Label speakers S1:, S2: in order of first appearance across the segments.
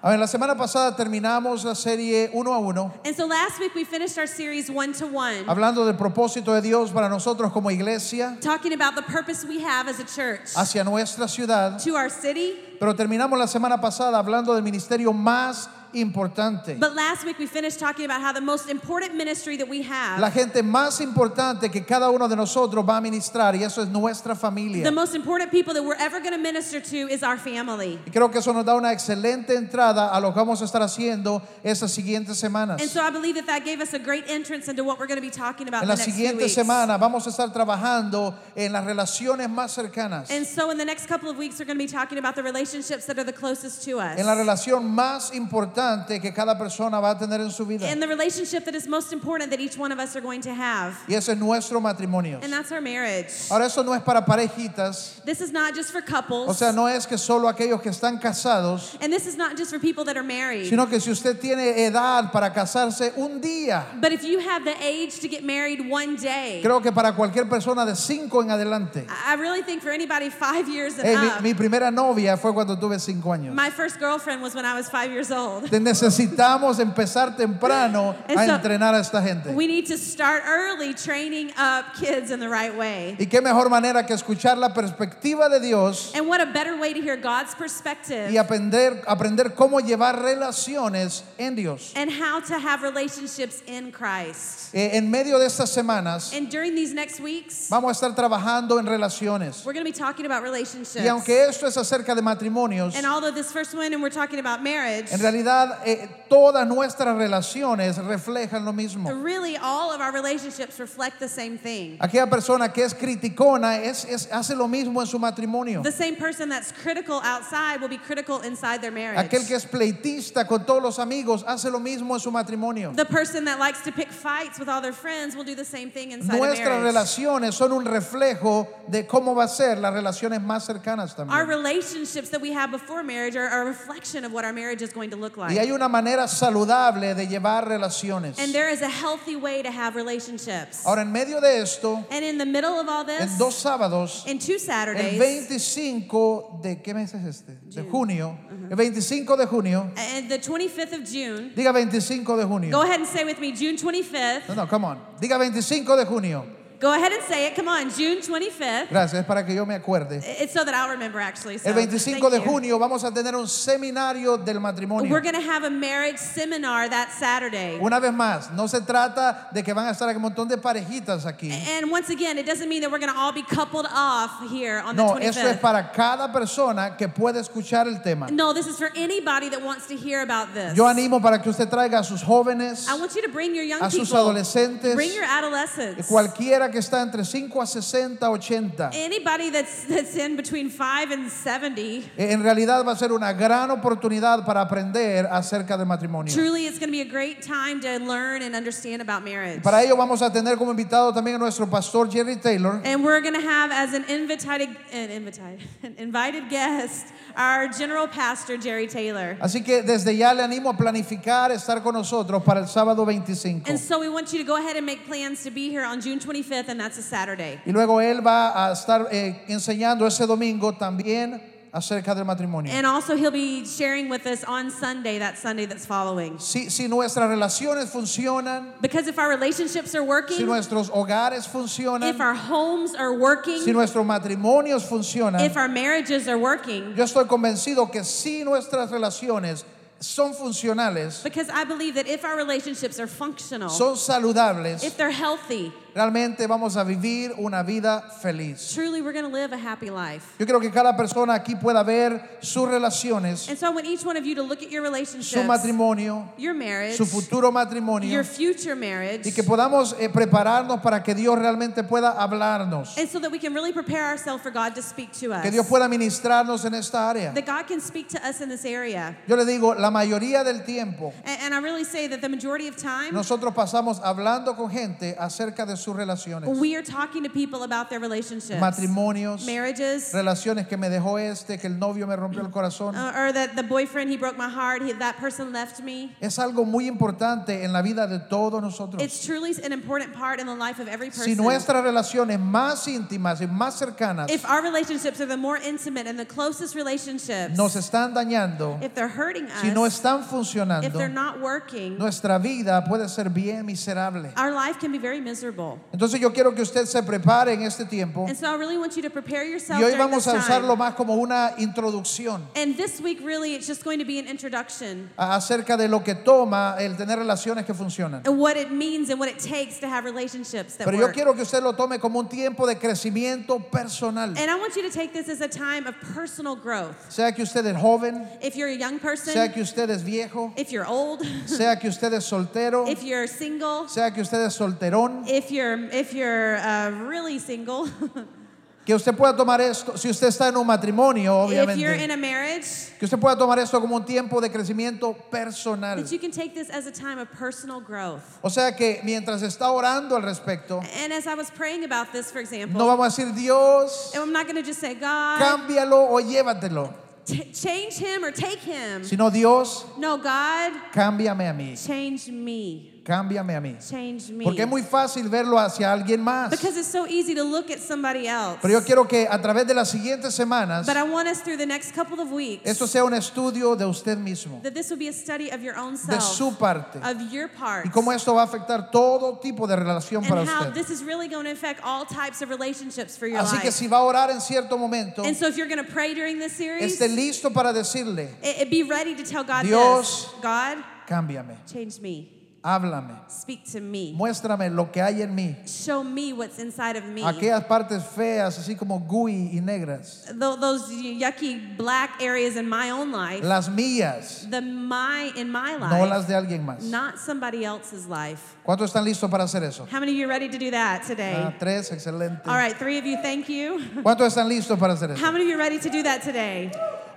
S1: A ver, la semana pasada terminamos la serie uno a uno,
S2: And so last week we finished our series one to one,
S1: hablando del propósito de Dios para nosotros como iglesia,
S2: talking about the purpose we have as a church
S1: hacia nuestra ciudad,
S2: to our city.
S1: pero terminamos la semana pasada hablando del ministerio más importante,
S2: But last week we finished talking about how the most important ministry that we
S1: la
S2: have,
S1: gente más importante que cada uno de nosotros va a ministrar, y eso es nuestra
S2: the
S1: familia.
S2: most important people that we're ever going to minister to is our family.
S1: Y creo que eso nos da una excelente entrada a lo que vamos a estar haciendo estas siguientes semanas.
S2: And so I believe that that gave us a great entrance into what we're going to be talking about
S1: En
S2: the
S1: la
S2: next few
S1: siguiente
S2: weeks.
S1: semana vamos a estar trabajando en las relaciones más cercanas,
S2: And so in the next couple of weeks we're going to be talking about the relationships that are the closest to us.
S1: en la relación más importante que cada persona va a tener en su vida.
S2: and the relationship that is most important that each one of us are going to have.
S1: Y ese es nuestro matrimonio.
S2: And that's our marriage.
S1: Ahora, eso no es para parejitas,
S2: This is not just for couples.
S1: Ah. o sea, no es que solo aquellos que están casados,
S2: And this is not just for people that are married.
S1: sino que si usted tiene edad para casarse un día,
S2: but if you have the age to get married one day,
S1: creo que para cualquier persona de cinco en adelante.
S2: I I really think for anybody five years and
S1: Hey,
S2: up,
S1: mi, mi primera novia fue cuando tuve cinco años.
S2: my first girlfriend was when I was five years old.
S1: Te necesitamos empezar temprano
S2: And
S1: a
S2: so-
S1: entrenar a esta gente.
S2: We need to start early training up kids in the right way.
S1: Y qué mejor manera que escuchar la perspectiva de Dios
S2: And what a better way to hear God's perspective
S1: y aprender, aprender cómo llevar relaciones en Dios.
S2: and how to have relationships in Christ.
S1: Eh, en medio de estas semanas
S2: And during these next weeks,
S1: vamos a estar trabajando en relaciones.
S2: we're going to be talking about relationships.
S1: Y aunque esto es acerca de matrimonios,
S2: and although this first one and we're talking about marriage,
S1: en realidad eh, todas nuestras relaciones reflejan lo mismo.
S2: really all of our relationships reflect the same thing.
S1: Aquella persona que es criticona es, es- hace lo mismo en su matrimonio.
S2: The same person that's critical outside will be critical inside their marriage.
S1: Aquel que es pleitista con todos los amigos hace lo mismo en su matrimonio.
S2: The person that likes to pick fights with all their friends will do the same thing inside a
S1: Nuestras
S2: marriage.
S1: relaciones son un reflejo de cómo va a ser las relaciones más cercanas
S2: Our
S1: también.
S2: relationships that we have before marriage are a reflection of what our marriage is going to look
S1: Y hay
S2: like.
S1: una manera saludable de llevar relaciones.
S2: And there is a healthy way to have relationships.
S1: Ahora, en medio de esto,
S2: And in the middle of all this,
S1: en dos sábados,
S2: in two
S1: el
S2: Saturdays,
S1: 25 de qué mes es este? De junio.
S2: Uh-huh.
S1: El 25 de junio.
S2: and the 25th of June,
S1: Diga 25 de
S2: go
S1: junio.
S2: ahead and say with me, June 25th.
S1: No, no, come on. Diga 25 de junio.
S2: Go ahead and say it. Come on, June 25th.
S1: Gracias, es para que yo me acuerde.
S2: It's so that I'll remember, actually. So
S1: El 25
S2: thank
S1: de
S2: you.
S1: junio vamos a tener un seminario del matrimonio.
S2: We're going to have a marriage seminar that Saturday.
S1: Una vez más, no se trata de que van a estar un montón de parejitas aquí.
S2: And once again, it doesn't mean that we're going to all be coupled off here on
S1: No,
S2: the
S1: esto es
S2: 25th.
S1: para cada persona que puede escuchar el tema.
S2: no, this is for anybody that wants to hear about this.
S1: Yo animo para que usted traiga a sus jóvenes,
S2: I want you to bring your young
S1: a sus
S2: people.
S1: adolescentes,
S2: bring your adolescents.
S1: cualquiera que está entre 5 a 60, 80.
S2: Eh, Anybody that's that's in between 5 and 70.
S1: Eh, En realidad va a ser una gran oportunidad para aprender acerca del matrimonio.
S2: Truly, it's going to be a great time to learn and understand about marriage.
S1: Para ello vamos a tener como invitado también a nuestro pastor Jerry Taylor.
S2: And we're going to have as an invited, an invited, an invited guest our general pastor Jerry Taylor.
S1: Así que desde ya le animo a planificar estar con nosotros para el sábado 25.
S2: And so we want you to go ahead and make plans to be here on June 25th, and that's a Saturday.
S1: Y luego él va a estar eh, enseñando ese domingo también acerca del matrimonio.
S2: And also, he'll be sharing with us on Sunday, that Sunday that's following.
S1: Si, si nuestras relaciones funcionan,
S2: Because if our relationships are
S1: si
S2: working,
S1: nuestros hogares
S2: if
S1: funcionan,
S2: our homes are
S1: si
S2: working,
S1: nuestros matrimonios funcionan,
S2: if our marriages are working,
S1: yo estoy convencido que si nuestras relaciones son funcionales,
S2: because I believe that if our relationships are functional,
S1: son saludables,
S2: if they're healthy,
S1: realmente vamos a vivir una vida feliz.
S2: truly we're going to live a happy life.
S1: Yo creo que cada persona aquí pueda ver sus relaciones,
S2: And so I want each one of you to look at your
S1: su
S2: relationships,
S1: matrimonio,
S2: your marriage,
S1: su futuro
S2: your
S1: matrimonio.
S2: future marriage,
S1: y que podamos eh, prepararnos para que Dios realmente pueda hablarnos,
S2: and so that we can really prepare ourselves for God to speak to us.
S1: que Dios pueda ministrarnos en esta área.
S2: that God can speak to us in this area.
S1: Yo le digo, la mayoría del tiempo
S2: And, and I really say that the majority of time,
S1: nosotros pasamos hablando con gente acerca de sus sus relaciones.
S2: We are talking to people about their relationships,
S1: Matrimonios,
S2: marriages,
S1: relaciones que me dejó este, que el novio me rompió el corazón.
S2: uh, or that the boyfriend, he broke my heart, he, that person left me.
S1: Es algo muy importante en la vida de todos nosotros.
S2: It's truly an important part in the life of every
S1: Si
S2: person.
S1: nuestras relaciones más íntimas y más cercanas
S2: if our relationships are the more intimate and the closest relationships,
S1: nos están dañando,
S2: if they're hurting us,
S1: si no están
S2: if
S1: funcionando,
S2: they're not working,
S1: nuestra vida puede ser bien miserable.
S2: our life can be very miserable.
S1: Entonces yo quiero que usted se prepare en este tiempo
S2: And so I really want you to prepare yourself
S1: y hoy
S2: during
S1: vamos a
S2: this time.
S1: usarlo más como una introducción
S2: And this week, really, it's just going to be an introduction
S1: a- acerca de lo que toma el tener relaciones que funcionan.
S2: and what it means and what it takes to have relationships that
S1: Pero yo
S2: work.
S1: quiero que usted lo tome como un tiempo de crecimiento personal.
S2: and I want you to take this as a time of personal growth.
S1: Sea que usted es joven,
S2: If you're a young person,
S1: sea que usted es viejo,
S2: if you're old,
S1: sea que usted es soltero,
S2: if you're single,
S1: sea que usted es solterón,
S2: if you're if you're uh, really single,
S1: que usted pueda tomar esto, si usted está en un matrimonio,
S2: if you're in
S1: obviamente,
S2: a marriage,
S1: que usted pueda tomar esto como un tiempo de crecimiento personal.
S2: that you can take this as a time of personal growth.
S1: O sea que mientras está orando al respecto,
S2: And as I was praying about this, for example,
S1: no vamos a decir Dios,
S2: and I'm not going to just say God,
S1: cámbialo o llévatelo,
S2: t- change him or take him.
S1: sino Dios,
S2: No, God,
S1: cámbiame a mí,
S2: change me,
S1: cámbiame a mí.
S2: change me.
S1: Porque es muy fácil verlo hacia alguien más.
S2: Because it's so easy to look at somebody else.
S1: Pero yo quiero que a través de las siguientes semanas,
S2: But I want us through the next couple of weeks
S1: esto sea un estudio de usted mismo,
S2: that this will be a study of your own
S1: de
S2: self,
S1: su parte,
S2: of your part,
S1: y cómo esto va a afectar todo tipo de relación para
S2: and how
S1: usted.
S2: this is really going to affect all types of relationships for your
S1: Así
S2: life.
S1: que si va a orar en cierto momento,
S2: and so if you're going to pray during this series,
S1: esté listo para decirle,
S2: it, it be ready to tell God
S1: Dios-
S2: this. God,
S1: cámbiame,
S2: change me.
S1: háblame,
S2: Speak to me.
S1: muéstrame lo que hay en mí,
S2: Show me what's inside of me.
S1: aquellas partes feas, así como gooey y negras,
S2: Tho- those yucky black areas in my own life,
S1: las mías,
S2: the my in my
S1: no
S2: life,
S1: las de alguien más.
S2: not somebody else's life.
S1: ¿Cuántos están listos para hacer eso?
S2: How many of you are ready to do that today?
S1: Ah, tres, excelente.
S2: All right, three of you, thank you.
S1: ¿Cuántos están listos para hacer eso?
S2: How many of you are ready to do that today?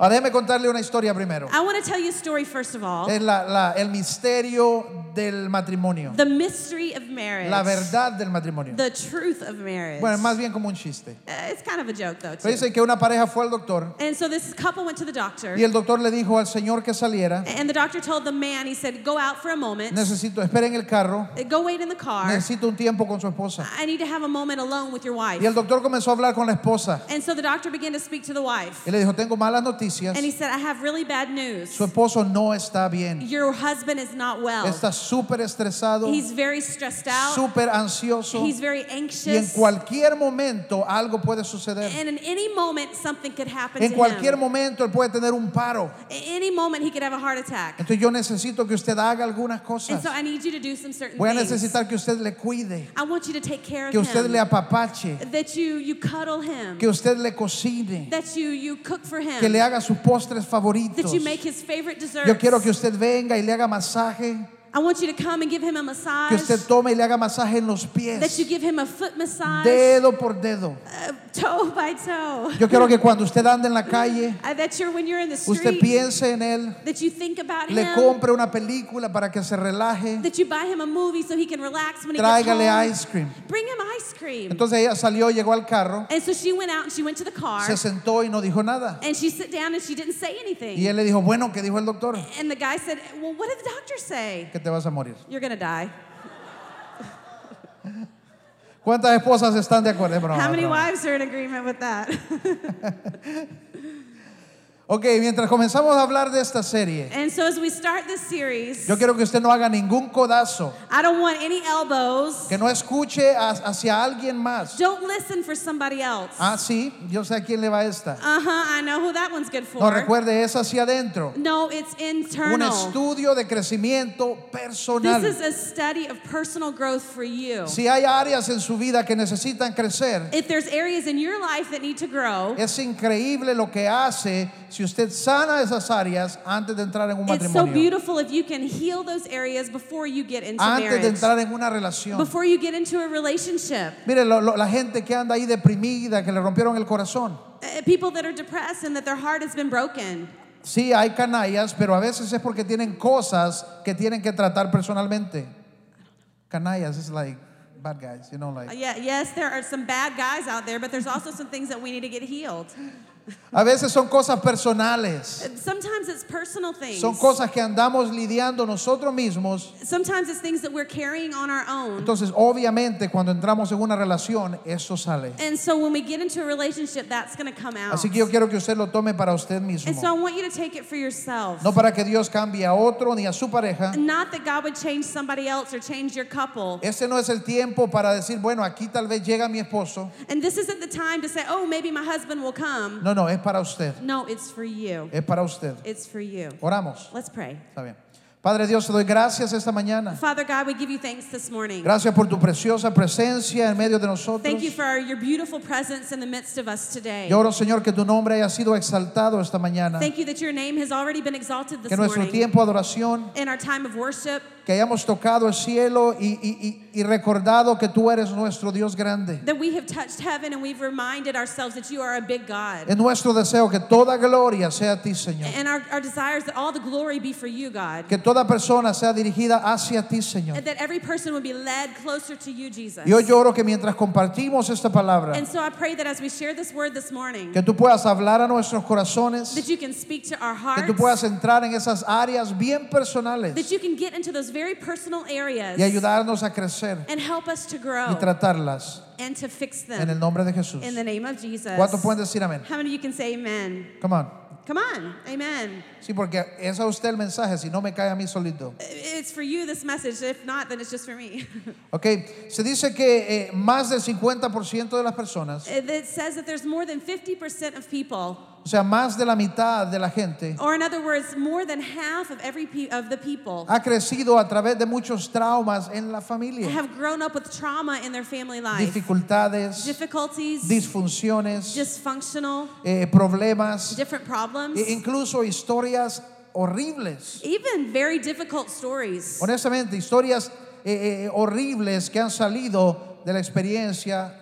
S1: Ah, déjeme contarle una historia primero.
S2: I want to tell you a story, first of all.
S1: Es la- la- el misterio del matrimonio.
S2: The mystery of marriage.
S1: La verdad del matrimonio.
S2: The truth of marriage.
S1: Bueno, es más bien como un chiste.
S2: Uh, it's kind of a joke, though,
S1: Pero
S2: too.
S1: dicen que una pareja fue al doctor
S2: And so this couple went to the doctor.
S1: y el doctor le dijo al señor que saliera,
S2: And the doctor told the man, he said, go out for a moment.
S1: necesito, espera en el carro,
S2: Uh, Go wait in the car.
S1: necesito un tiempo con su esposa.
S2: I need to have a moment alone with your wife.
S1: Y el doctor comenzó a hablar con la esposa
S2: And so the doctor began to speak to the wife.
S1: y le dijo, tengo malas noticias,
S2: And he said, I have really bad news.
S1: su esposo no está bien,
S2: Your husband is not well.
S1: está súper estresado,
S2: He's very stressed out.
S1: súper ansioso
S2: He's very
S1: y en
S2: anxious.
S1: cualquier momento algo puede suceder.
S2: And in any moment, something could happen
S1: En
S2: to
S1: cualquier
S2: him.
S1: momento él puede tener un paro.
S2: At any moment, he could have a heart attack.
S1: Entonces yo necesito que usted haga algunas
S2: And
S1: cosas.
S2: so I need you to do some certain
S1: Voy a
S2: things.
S1: necesitar que usted le cuide,
S2: I want you to take care of
S1: que usted
S2: him.
S1: le apapache,
S2: that you you cuddle him.
S1: que usted le cocine,
S2: that you you cook for him.
S1: que le haga sus postres
S2: that
S1: favoritos.
S2: you make his favorite desserts.
S1: Yo quiero que usted venga y le haga masaje,
S2: I want you to come and give him a massage.
S1: que usted tome y le haga masaje en los
S2: that you
S1: pies,
S2: give him a foot massage,
S1: dedo por dedo.
S2: uh, toe by toe.
S1: Yo quiero que cuando usted ande en la calle,
S2: Uh, that you're when you're in the
S1: usted
S2: street.
S1: piense en él,
S2: that you think about
S1: le
S2: him.
S1: compre una película para que se relaje,
S2: that you buy him a movie so he can relax when he
S1: tráigale
S2: gets home.
S1: ice cream.
S2: Bring him ice cream.
S1: Entonces ella salió, llegó al carro,
S2: and so she went out and she went to the car.
S1: se sentó y no dijo nada.
S2: And she sat down and she didn't say anything.
S1: Y él le dijo, bueno, ¿qué dijo el doctor?
S2: And the guy said, Well, what did the doctor say?
S1: Que te vas a morir.
S2: You're going to die.
S1: ¿Cuántas esposas están de acuerdo? Es broma,
S2: How
S1: es
S2: many
S1: broma.
S2: wives are in agreement with that?
S1: Ok, mientras comenzamos a hablar de esta serie,
S2: and so as we start this series,
S1: yo quiero que usted no haga ningún codazo,
S2: I don't want any elbows.
S1: que no escuche a- hacia alguien más.
S2: Don't listen for somebody else. Uh
S1: Ah, sí, yo sé a quién le va esta.
S2: huh, I know who that one's good for.
S1: No, recuerde, es hacia adentro.
S2: No, it's
S1: Un
S2: internal.
S1: estudio de crecimiento
S2: This
S1: personal.
S2: is a study of personal growth for you.
S1: Si hay áreas en su vida que necesitan crecer,
S2: If there's areas in your life that need to grow,
S1: es increíble lo que hace si usted sana esas áreas antes de entrar en un
S2: it's so
S1: matrimonio,
S2: beautiful if you can heal those areas before you get into
S1: antes de
S2: marriage.
S1: entrar en una relación.
S2: before you get into a relationship.
S1: Mire, lo- lo- la gente que anda ahí deprimida, que le rompieron el corazón.
S2: Uh, People that are depressed and that their heart has been broken.
S1: Sí, hay canallas, pero a veces es porque tienen cosas que tienen que tratar personalmente. Canallas es like bad guys, you know,
S2: Uh,
S1: like.
S2: yeah, yes, there are some bad guys out there, but there's also some things that we need to get healed.
S1: A veces son cosas personales,
S2: And Sometimes it's personal things.
S1: son cosas que andamos lidiando nosotros mismos.
S2: Sometimes it's things that we're carrying on our own.
S1: Entonces, obviamente, cuando entramos en una relación, eso sale.
S2: And so when we get into a relationship, that's going to come out.
S1: Así que yo quiero que usted lo tome para usted
S2: and so I
S1: mismo.
S2: want you to take it for yourself.
S1: No para que Dios cambie a otro ni a su pareja.
S2: Not that God would change somebody else or change your couple.
S1: Este no es el tiempo para decir, bueno, aquí tal vez llega mi esposo.
S2: And this isn't the time to say, oh, maybe my husband will come.
S1: No, no, es para usted.
S2: No, it's for you.
S1: Es para usted.
S2: It's for you.
S1: Oramos.
S2: Let's pray.
S1: Está bien. Padre Dios, te doy gracias esta mañana.
S2: Father God, we give you thanks this morning.
S1: Gracias por tu preciosa presencia en medio de nosotros.
S2: Thank you for your beautiful presence in the midst of us today.
S1: Yo oro, Señor, que tu nombre haya sido exaltado esta mañana.
S2: Thank you that your name has already been exalted this
S1: Que nuestro
S2: morning
S1: tiempo de adoración,
S2: in our time of worship.
S1: que hayamos tocado el cielo y, y- y- y recordado que tú eres nuestro Dios grande.
S2: That we have touched heaven and we've reminded ourselves that you are a big God.
S1: Es nuestro deseo que toda gloria sea a ti, Señor.
S2: And our, our desire is that all the glory be for you, God.
S1: Que toda persona sea dirigida hacia ti, Señor.
S2: And that every person would be led closer to you, Jesus.
S1: Yo lloro que mientras compartimos esta palabra,
S2: And so I pray that as we share this word this morning,
S1: que tú puedas hablar a nuestros corazones,
S2: that you can speak to our
S1: que tú puedas
S2: hearts,
S1: entrar en esas áreas bien personales
S2: that you can get into those very personal areas
S1: y ayudarnos a crecer
S2: and help us to
S1: y
S2: grow
S1: tratarlas
S2: and to fix
S1: en el
S2: them
S1: nombre de Jesús.
S2: in the name of Jesus.
S1: ¿Cuántos pueden decir amén?
S2: How many of you can say amen?
S1: Come on.
S2: Come on, amen.
S1: Sí, porque es a usted el mensaje, si no me cae a mí solito.
S2: It's for you, this message. If not, then it's just for me.
S1: Ok, se dice que eh, más del 50% de las personas,
S2: It it says that there's more than 50% of people,
S1: o sea, más de la mitad de la gente,
S2: or in other words, more than half of every pe- of the people
S1: ha crecido a través de muchos traumas en la familia,
S2: have grown up with trauma in their family life.
S1: dificultades,
S2: Difficulties,
S1: disfunciones,
S2: dysfunctional,
S1: eh, problemas,
S2: different problems,
S1: e incluso historias horribles.
S2: even very difficult stories.
S1: Honestamente, historias eh, eh, horribles que han salido de la experiencia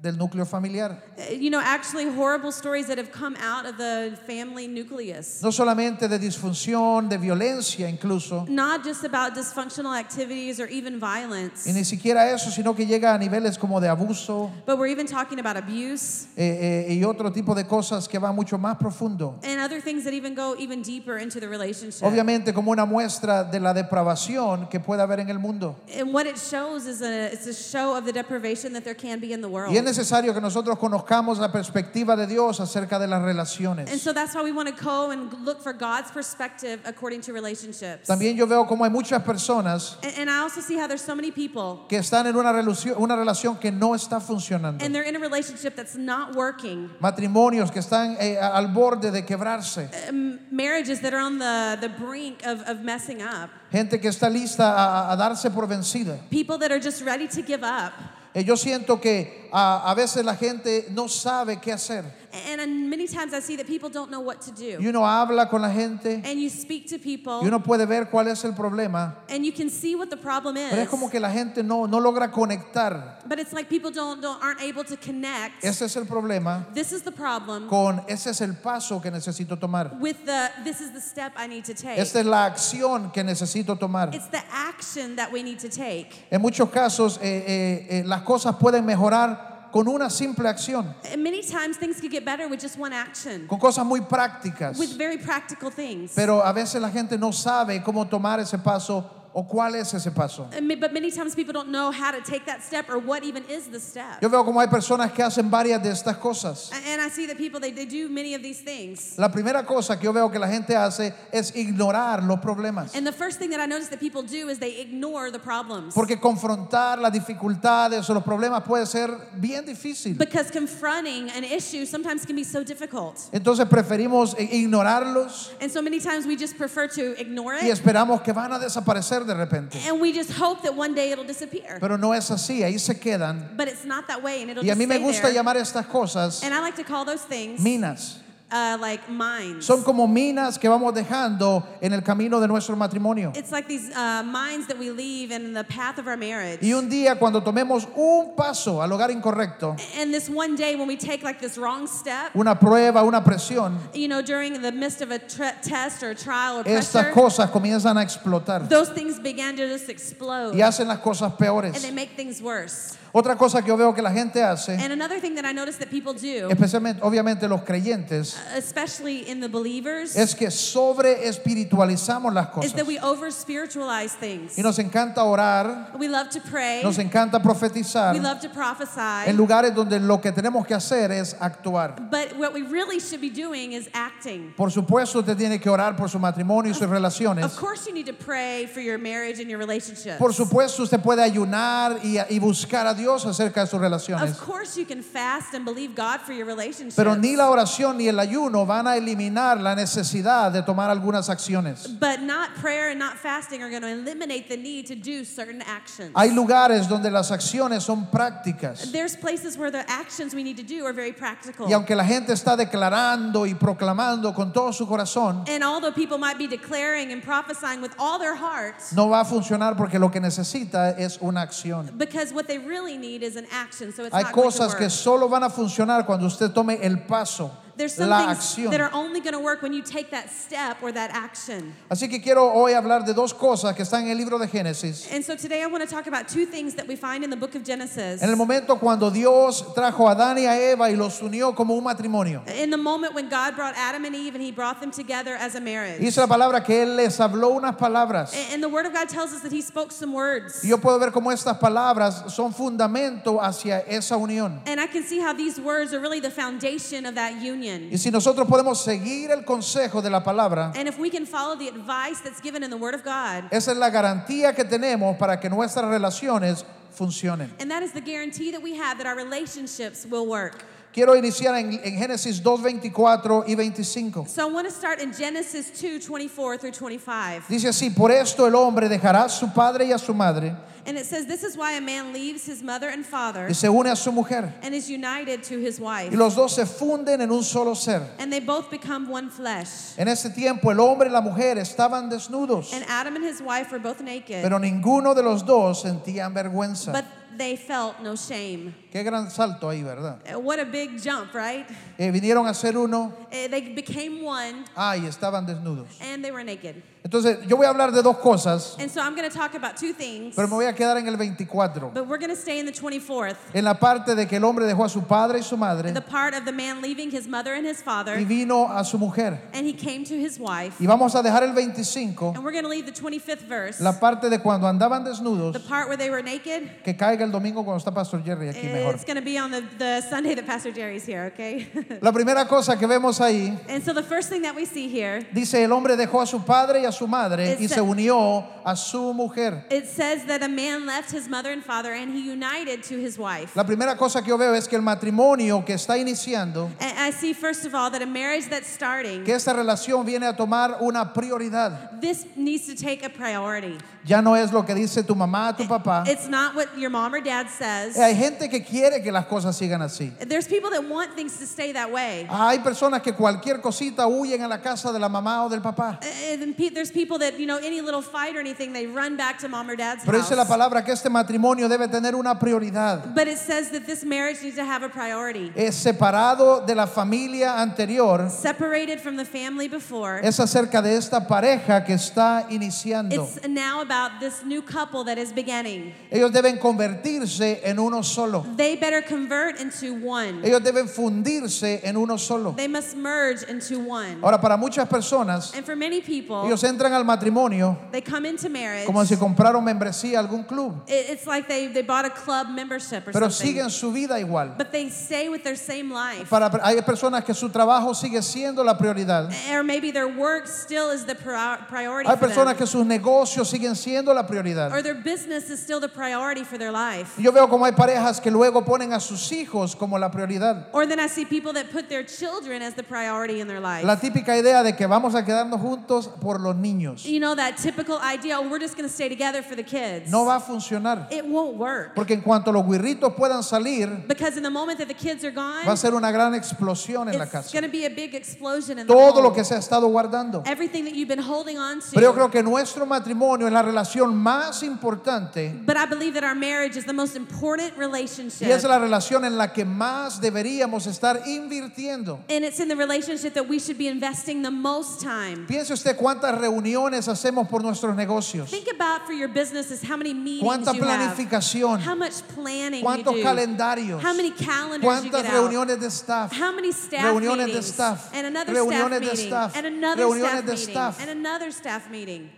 S1: del núcleo familiar.
S2: Uh, You know, actually horrible stories that have come out of the family nucleus.
S1: no solamente de disfunción, de violencia incluso,
S2: Not just about dysfunctional activities or even violence,
S1: y ni siquiera eso, sino que llega a niveles como de abuso
S2: but we're even talking about abuse
S1: eh, eh, y otro tipo de cosas que va mucho más profundo.
S2: and other things that even go even deeper into the relationship.
S1: Obviamente como una muestra de la depravación que puede haber en el mundo.
S2: And what it shows is a, it's a show of the deprivation that there can be in the world.
S1: Y es necesario que nosotros conozcamos la perspectiva de Dios acerca de las
S2: and
S1: relaciones.
S2: so that's why we want to go and look for God's perspective according to relationships.
S1: También yo veo como hay muchas personas
S2: and, and I also see how there's so many people
S1: que están en una relación, una relación que no está funcionando.
S2: and they're in a relationship that's not working.
S1: Matrimonios que están eh, a- al borde de quebrarse.
S2: Um, marriages that are on the, the brink of, of messing up.
S1: Gente que está lista a- a- a darse por vencida.
S2: People that are just ready to give up.
S1: Eh, Yo siento que a, a veces la gente no sabe qué hacer.
S2: And, and many times I see that people don't know what to do.
S1: Y uno habla con la gente
S2: and you speak to people
S1: y uno puede ver cuál es el problema.
S2: and you can see what the problem is.
S1: Pero es como que la gente no, no logra conectar.
S2: but it's like people don't, don't aren't able to connect.
S1: Ese es el problema
S2: This is the problem
S1: con ese es el paso que necesito tomar.
S2: with the this is the step I need to take.
S1: Esta es la acción que necesito tomar.
S2: It's the action that we need to take.
S1: En muchos casos eh, eh, eh, las cosas pueden mejorar con una simple acción,
S2: And many times things could get better with just one action,
S1: con cosas muy prácticas.
S2: with very practical things.
S1: Pero a veces la gente no sabe cómo tomar ese paso o cuál es ese paso.
S2: I mean, but many times people don't know how to take that step or what even is the step.
S1: Yo veo como hay personas que hacen varias de estas cosas.
S2: A- And I see that people they, they do many of these things.
S1: La primera cosa que yo veo que la gente hace es ignorar los problemas.
S2: And the first thing that I notice that people do is they ignore the problems.
S1: Porque confrontar las dificultades o los problemas puede ser bien difícil.
S2: Because confronting an issue sometimes can be so difficult.
S1: Entonces preferimos eh, ignorarlos
S2: And so many times we just prefer to ignore
S1: y
S2: it.
S1: esperamos que van a desaparecer de repente.
S2: And we just hope that one day it'll disappear.
S1: Pero no es así, ahí se quedan.
S2: But it's not that way, and it'll
S1: Y a
S2: just
S1: mí me
S2: stay
S1: gusta
S2: there.
S1: llamar estas cosas
S2: And I like to call those things
S1: minas.
S2: uh, like mines.
S1: Son como minas que vamos dejando en el camino de nuestro matrimonio.
S2: It's like these uh, mines that we leave in the path of our marriage.
S1: Y un día cuando tomemos un paso al hogar incorrecto,
S2: and this one day when we take like this wrong step,
S1: una prueba, una presión,
S2: you know, during the midst of a tre- test or trial or
S1: estas
S2: pressure,
S1: cosas comienzan a explotar
S2: those things began to just explode
S1: y hacen las cosas
S2: and they
S1: peores.
S2: make things worse.
S1: Otra cosa que yo veo que la gente hace,
S2: And another thing that I noticed that people do,
S1: especialmente obviamente los creyentes,
S2: especially in the believers,
S1: es que sobre espiritualizamos las
S2: is
S1: cosas.
S2: that we over spiritualize things.
S1: Y nos encanta orar,
S2: we love to pray,
S1: nos encanta
S2: we
S1: profetizar
S2: love to prophesy,
S1: en lugares donde lo que tenemos que hacer es actuar.
S2: but what we really should be doing is acting.
S1: Por supuesto, usted tiene que orar por su matrimonio y sus
S2: Of
S1: relaciones.
S2: course, you need to pray for your marriage and your relationship.
S1: Por supuesto, usted puede ayunar y, y buscar a Dios acerca de sus relaciones.
S2: Of course, you can fast and believe God for your relationship.
S1: Pero ni la oración ni el ayuno van a eliminar la necesidad de tomar algunas acciones.
S2: But not prayer and not fasting are going to eliminate the need to do certain actions.
S1: Hay lugares donde las acciones son prácticas.
S2: There's places where the actions we need to do are very practical.
S1: Y aunque la gente está declarando y proclamando con todo su corazón,
S2: And although people might be declaring and prophesying with all their hearts,
S1: no va a funcionar porque lo que necesita es una acción.
S2: because what they really need is an action, so it's
S1: Hay
S2: not
S1: cosas
S2: going
S1: que
S2: to work.
S1: solo van a funcionar cuando usted tome el paso,
S2: There's some
S1: la
S2: things
S1: acción.
S2: that are only going to work when you take that step or that action.
S1: Así que quiero hoy hablar de dos cosas que están en el libro de Génesis.
S2: And so today I want to talk about two things that we find in the book of Genesis.
S1: En el momento cuando Dios trajo a Adán y a Eva y los unió como un matrimonio.
S2: In the moment when God brought Adam and Eve and he brought them together as a marriage.
S1: Dice la palabra que Él les habló unas palabras.
S2: A- And the Word of God tells us that He spoke some words.
S1: Y yo puedo ver cómo estas palabras son fundamento hacia esa unión.
S2: And I can see how these words are really the foundation of that
S1: Y
S2: union.
S1: si nosotros podemos seguir el consejo de la palabra,
S2: And if we can follow the advice that's given in the Word of God,
S1: esa es la garantía que tenemos para que nuestras relaciones funcionen.
S2: and that is the guarantee that we have that our relationships will work.
S1: Quiero iniciar en, en Génesis 2, 24 y 25.
S2: So I want to start in Genesis 2 24 through 25.
S1: Dice así, por esto el hombre dejará a su padre y a su madre
S2: And it says, This is why a man leaves his mother and father
S1: y se une a su mujer.
S2: and is united to his
S1: Y
S2: wife,
S1: los dos se funden en un solo ser.
S2: and they both become one flesh.
S1: En ese tiempo el hombre y la mujer estaban desnudos,
S2: And Adam and his wife were both naked,
S1: pero ninguno de los dos sentían vergüenza.
S2: but they felt no shame.
S1: Qué gran salto ahí, ¿verdad?
S2: Uh, What a big jump, right?
S1: Eh, vinieron a ser uno,
S2: Eh, They became one
S1: ah, y estaban desnudos.
S2: and they were naked.
S1: Entonces, yo voy a hablar de dos cosas,
S2: And so I'm going to talk about two things,
S1: pero me voy a quedar en el 24.
S2: but we're going to stay in the 24th,
S1: En la parte de que el hombre dejó a su padre y su madre
S2: the part of the man leaving his mother and his
S1: y
S2: father,
S1: vino a su mujer.
S2: and he came to his wife.
S1: Y vamos a dejar el 25,
S2: And we're going to leave the 25th verse,
S1: la parte de cuando andaban
S2: the
S1: desnudos,
S2: part where they were naked.
S1: que caiga el domingo cuando está Pastor Jerry aquí mejor.
S2: It's going to be on the, the Sunday that Pastor Jerry's here, okay?
S1: La primera cosa que vemos ahí
S2: and so the first thing that we see here,
S1: dice, el hombre dejó a su padre y a su madre y
S2: Ese-
S1: se unió a su mujer.
S2: it says that a man left his mother and father and he united to his wife.
S1: La primera cosa que yo veo es que el matrimonio que está iniciando
S2: And I see, first of all, that a marriage that's starting,
S1: que esta relación viene a tomar una prioridad.
S2: this needs to take a priority.
S1: Ya no es lo que dice tu mamá, tu papá.
S2: It's not what your mom or dad says.
S1: Hay gente que quiere que las cosas sigan así.
S2: There's people that want things to stay that way.
S1: Hay personas que cualquier cosita huyen a la casa de la mamá o del papá.
S2: And then pe- there's people that, you know, any little fight or anything, they run back to mom or dad's
S1: Pero
S2: house.
S1: dice la palabra que este matrimonio debe tener una prioridad.
S2: But it says that this marriage needs to have a priority.
S1: Es separado de la familia anterior.
S2: Separated from the family before,
S1: Es acerca de esta pareja que está iniciando.
S2: it's now about this new couple that is beginning.
S1: Ellos deben convertirse en uno solo.
S2: They better convert into one.
S1: Ellos deben fundirse en uno solo.
S2: They must merge into one.
S1: Ahora, para muchas personas,
S2: And for many people,
S1: ellos entran al matrimonio
S2: they come into marriage.
S1: como si compraron membresía a algún club,
S2: It- It's like they, they bought a club membership or
S1: pero
S2: something.
S1: siguen su vida igual.
S2: But they stay with their same life.
S1: Para, hay personas que su trabajo sigue siendo la prioridad.
S2: or maybe their work still is the prior- priority
S1: Hay
S2: for
S1: personas
S2: them,
S1: que sus negocios siguen siendo la prioridad.
S2: or their business is still the priority for their life.
S1: Yo veo como hay parejas que luego ponen a sus hijos como la prioridad.
S2: Or then I see people that put their children as the priority in their life.
S1: La típica idea de que vamos a quedarnos juntos por los niños.
S2: You know, that typical idea, oh, we're just going to stay together for the kids.
S1: No va a funcionar.
S2: It won't work.
S1: Porque en cuanto los guirritos puedan salir,
S2: Because in the moment that the kids are gone,
S1: va a ser una gran explosión en la
S2: it's
S1: casa.
S2: going to be a big explosion in the
S1: Todo
S2: home.
S1: lo que se ha estado guardando.
S2: Everything that you've been holding on to.
S1: Pero yo creo que nuestro matrimonio es la relación más importante
S2: But I believe that our marriage is the most important relationship.
S1: y es la relación en la que más deberíamos estar invirtiendo.
S2: And it's in the relationship that we should be investing the most time.
S1: Piense usted cuántas reuniones hacemos por nuestros negocios,
S2: Think about for your businesses how many meetings
S1: cuánta
S2: you have,
S1: planificación,
S2: how much planning
S1: cuántos
S2: you do,
S1: calendarios,
S2: how many calendars you get
S1: cuántas
S2: out,
S1: reuniones de staff,
S2: how many staff
S1: reuniones de
S2: meetings,
S1: staff,
S2: and another
S1: reuniones
S2: staff
S1: de
S2: meeting,
S1: staff,
S2: and another
S1: reuniones
S2: staff
S1: de
S2: meeting,
S1: staff.
S2: and another staff meeting.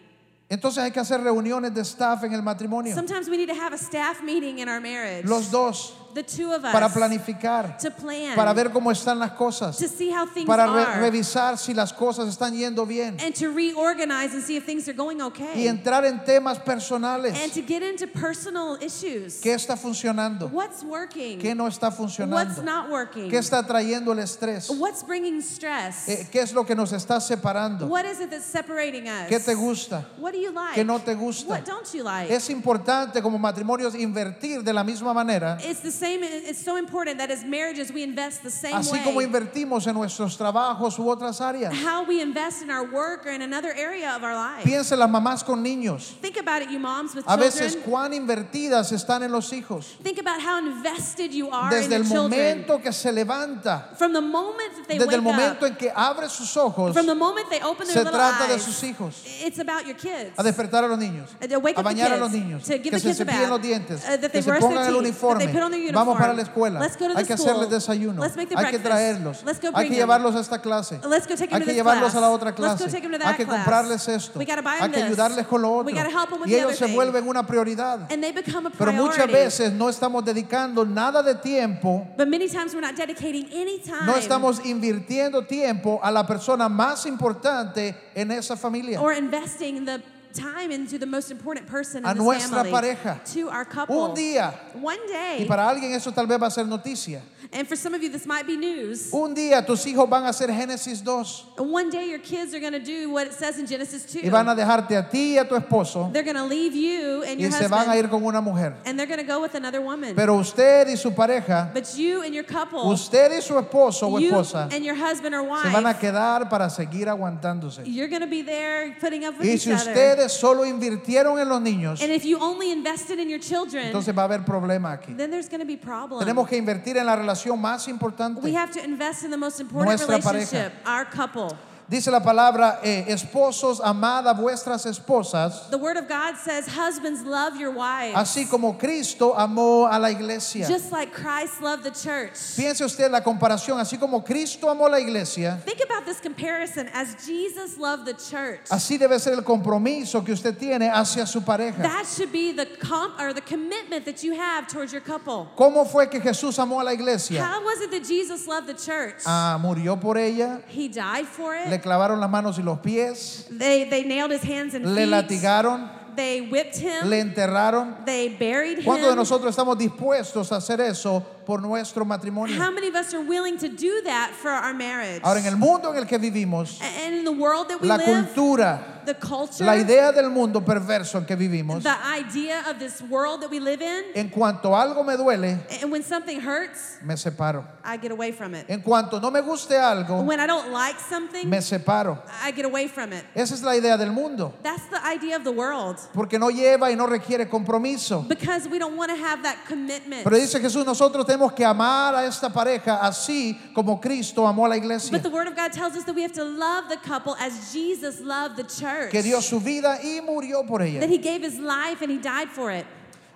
S1: Entonces hay que hacer reuniones de staff en el matrimonio,
S2: Sometimes we need to have a staff meeting in our marriage,
S1: los dos,
S2: the two of us,
S1: para planificar,
S2: to plan,
S1: para ver cómo están las cosas,
S2: to see how things
S1: para re-
S2: are,
S1: revisar si las cosas están yendo bien
S2: and to reorganize and see if things are going okay,
S1: y entrar en temas
S2: and
S1: personales.
S2: to get into personal issues.
S1: ¿Qué está funcionando?
S2: What's working?
S1: ¿Qué no está
S2: What's
S1: funcionando?
S2: not working?
S1: ¿Qué está trayendo el estrés?
S2: What's bringing stress?
S1: Eh, ¿Qué es lo que nos está separando?
S2: What is it that's separating us?
S1: ¿Qué te gusta?
S2: What do you like?
S1: ¿Qué no te gusta?
S2: What don't you like?
S1: Es importante como matrimonios invertir de la misma manera,
S2: it's the same. It's so important that as marriages we invest the same
S1: así
S2: way.
S1: como invertimos en nuestros trabajos u otras áreas.
S2: how we invest in our work or in another area of our life.
S1: Piensen las mamás con niños.
S2: Think about it, you moms with
S1: A
S2: children.
S1: veces cuán invertidas están en los hijos.
S2: Think about how invested you are in
S1: Desde
S2: the
S1: el
S2: children.
S1: momento que se levanta,
S2: From the moment that they
S1: desde el
S2: wake
S1: momento
S2: up,
S1: en que abre sus ojos,
S2: from the moment they open their
S1: se
S2: little
S1: trata de
S2: eyes,
S1: sus hijos.
S2: It's about your kids.
S1: A despertar a los niños,
S2: Uh, to wake
S1: a
S2: up the
S1: bañar a
S2: kids,
S1: los niños,
S2: to give
S1: que
S2: the
S1: se
S2: kids a
S1: cepillen
S2: bath,
S1: los dientes,
S2: uh, that
S1: que
S2: they
S1: se
S2: brush their
S1: pongan el
S2: teeth, that
S1: uniforme.
S2: they put on their uniform.
S1: Vamos para la escuela,
S2: Let's go to the
S1: hay que
S2: school.
S1: hacerles desayuno,
S2: Let's make the
S1: hay que
S2: breakfast.
S1: traerlos,
S2: Let's go
S1: hay
S2: bring
S1: que
S2: them.
S1: llevarlos a esta clase,
S2: Let's go take them
S1: hay
S2: to
S1: que
S2: this
S1: llevarlos
S2: class.
S1: a la otra
S2: Let's
S1: clase,
S2: go take them to
S1: hay
S2: that
S1: que
S2: class.
S1: comprarles esto,
S2: We gotta buy
S1: hay que
S2: them this.
S1: ayudarles con lo
S2: We
S1: otro,
S2: gotta help them with
S1: y
S2: the
S1: ellos
S2: other
S1: se
S2: thing.
S1: vuelven una prioridad.
S2: And they become a
S1: Pero
S2: priority.
S1: muchas veces no estamos dedicando nada de tiempo,
S2: but many times we're not dedicating any time
S1: no estamos invirtiendo tiempo a la persona más importante en esa familia.
S2: or investing the time into the most important person
S1: A
S2: in the
S1: nuestra
S2: family,
S1: pareja.
S2: to our couple.
S1: Un día,
S2: One
S1: y
S2: day,
S1: para alguien eso tal vez va a ser noticia.
S2: and for some of you this might be news,
S1: Un día tus hijos van a hacer Génesis 2
S2: one day your kids are going to do what it says in Genesis 2.
S1: y van a dejarte a ti y a tu esposo
S2: They're going to leave you and
S1: y
S2: your
S1: se
S2: husband,
S1: van a ir con una mujer.
S2: and they're going to go with another woman.
S1: Pero usted y su pareja,
S2: but you and your couple,
S1: usted y su esposo o
S2: you
S1: esposa
S2: and your husband or
S1: se
S2: wife,
S1: van a quedar para seguir aguantándose.
S2: you're going to be there putting up with
S1: Y
S2: each
S1: si
S2: other.
S1: ustedes solo invirtieron en los niños,
S2: And if you only invested in your children,
S1: entonces va a haber problema aquí.
S2: then there's going to be problems.
S1: Tenemos que invertir en la relación más
S2: we
S1: importante.
S2: have to invest in the most important
S1: Nuestra pareja.
S2: relationship, our couple.
S1: Dice la palabra, eh, esposos, amad a vuestras esposas,
S2: The Word of God says, Husbands, love your wives,
S1: así como Cristo amó a la iglesia.
S2: just like Christ loved the church.
S1: Piense usted la comparación, así como Cristo amó la iglesia,
S2: Think about this comparison as Jesus loved the church.
S1: así debe ser el compromiso que usted tiene hacia su pareja.
S2: That should be the comp or the commitment that you have towards your couple.
S1: ¿Cómo fue que Jesús amó a la iglesia?
S2: How was it that Jesus loved the church?
S1: Ah, murió por ella,
S2: he died for it.
S1: le clavaron las manos y los pies,
S2: they they nailed his hands and
S1: le
S2: feet.
S1: latigaron,
S2: They whipped him.
S1: le enterraron.
S2: they buried
S1: ¿Cuántos de
S2: him.
S1: nosotros estamos dispuestos a hacer eso por nuestro
S2: How
S1: matrimonio?
S2: many of us are willing to do that for our marriage?
S1: Ahora, en el mundo en el que vivimos,
S2: A- and in the world that we
S1: la
S2: live,
S1: cultura,
S2: the culture,
S1: la idea del mundo perverso en que vivimos,
S2: the idea of this world that we live in,
S1: en cuanto algo me duele,
S2: and when something hurts,
S1: me separo.
S2: I get away from it.
S1: En cuanto no me guste algo,
S2: When I don't like something,
S1: me separo.
S2: I get away from it.
S1: Esa es la idea del mundo,
S2: That's the idea of the world.
S1: porque no lleva y no requiere compromiso.
S2: Because we don't want to have that commitment.
S1: Pero dice Jesús, nosotros tenemos que amar a esta pareja así como Cristo amó a la iglesia,
S2: but the Word of God tells us that we have to love the couple as Jesus loved the church.
S1: que dio su vida y murió por ella.
S2: that He gave His life and He died for it.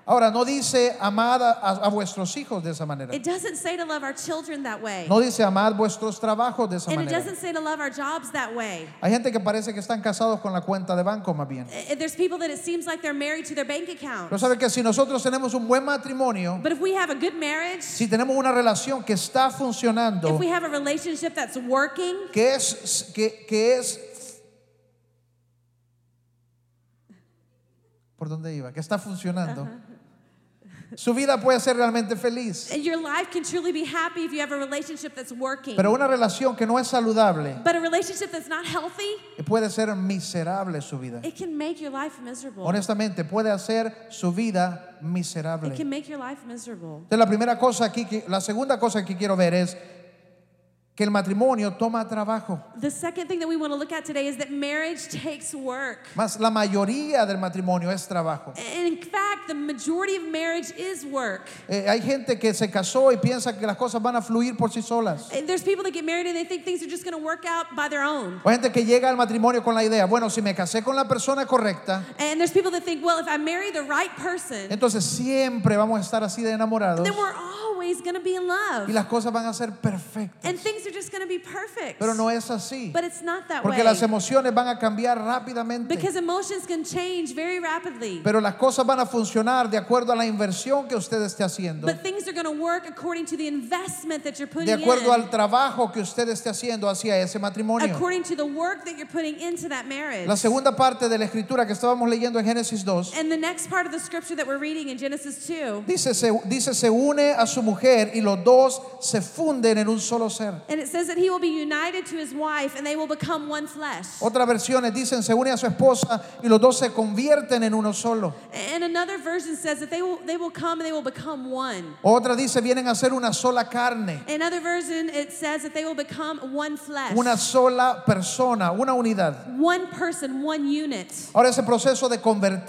S1: Ahora, no dice amad a, a- a vuestros hijos de esa manera.
S2: It doesn't say to love our children that way.
S1: No dice amad vuestros trabajos de esa
S2: and it
S1: manera.
S2: doesn't say to love our jobs that way.
S1: Hay gente que parece que están casados con la cuenta de banco más bien.
S2: I- There's people that it seems like they're married to their bank account.
S1: Pero sabe que si nosotros tenemos un buen matrimonio,
S2: But if we have a good marriage,
S1: si tenemos una relación que está funcionando,
S2: if we have a relationship that's working,
S1: que es que, que es por dónde iba que está funcionando Su vida puede ser realmente feliz,
S2: And Your life can truly be happy if you have a relationship that's working.
S1: pero una relación que no es saludable
S2: But a relationship that's not healthy,
S1: puede ser miserable su vida.
S2: it can make your life miserable.
S1: Honestamente, puede hacer su vida miserable.
S2: It can make your life miserable.
S1: Entonces, la primera cosa aquí, que- la segunda cosa que quiero ver es que el matrimonio toma trabajo.
S2: The second thing that we want to look at today is that marriage takes work.
S1: Más la mayoría del matrimonio es trabajo.
S2: And in fact, the majority of marriage is work.
S1: Eh, hay gente que se casó y piensa que las cosas van a fluir por sí solas.
S2: And there's people that get married and they think things are just going to work out by their own.
S1: O hay gente que llega al matrimonio con la idea, bueno, si me casé con la persona correcta,
S2: And there's people that think, well, if I marry the right person,
S1: entonces siempre vamos a estar así de enamorados
S2: then we're always going to be in
S1: y
S2: love.
S1: las cosas van a ser perfectas.
S2: And things are just going to be perfect.
S1: Pero no es así.
S2: But it's not that
S1: Porque las
S2: way.
S1: emociones van a cambiar rápidamente.
S2: Because emotions can change very rapidly.
S1: Pero las cosas van a funcionar de acuerdo a la inversión que usted esté haciendo.
S2: But things are going to work according to the investment that you're
S1: de
S2: putting
S1: acuerdo
S2: in.
S1: al trabajo que usted esté haciendo hacia ese matrimonio.
S2: According to the work that you're putting into that marriage.
S1: La segunda parte de la escritura que estábamos leyendo en Génesis 2
S2: And the next part of the scripture that we're reading in Genesis 2,
S1: dice se, dice se une a su mujer y los dos se funden en un solo ser.
S2: and it says that he will be united to his wife and they will become one flesh.
S1: Otras versiones dicen se une a su esposa y los dos se convierten en uno solo.
S2: And another version says that they will they will come and they will become one.
S1: Otra dice vienen a ser una sola carne,
S2: Another version it says that they will become one flesh.
S1: una sola persona, una unidad.
S2: one person, one unit.
S1: Ahora ese proceso de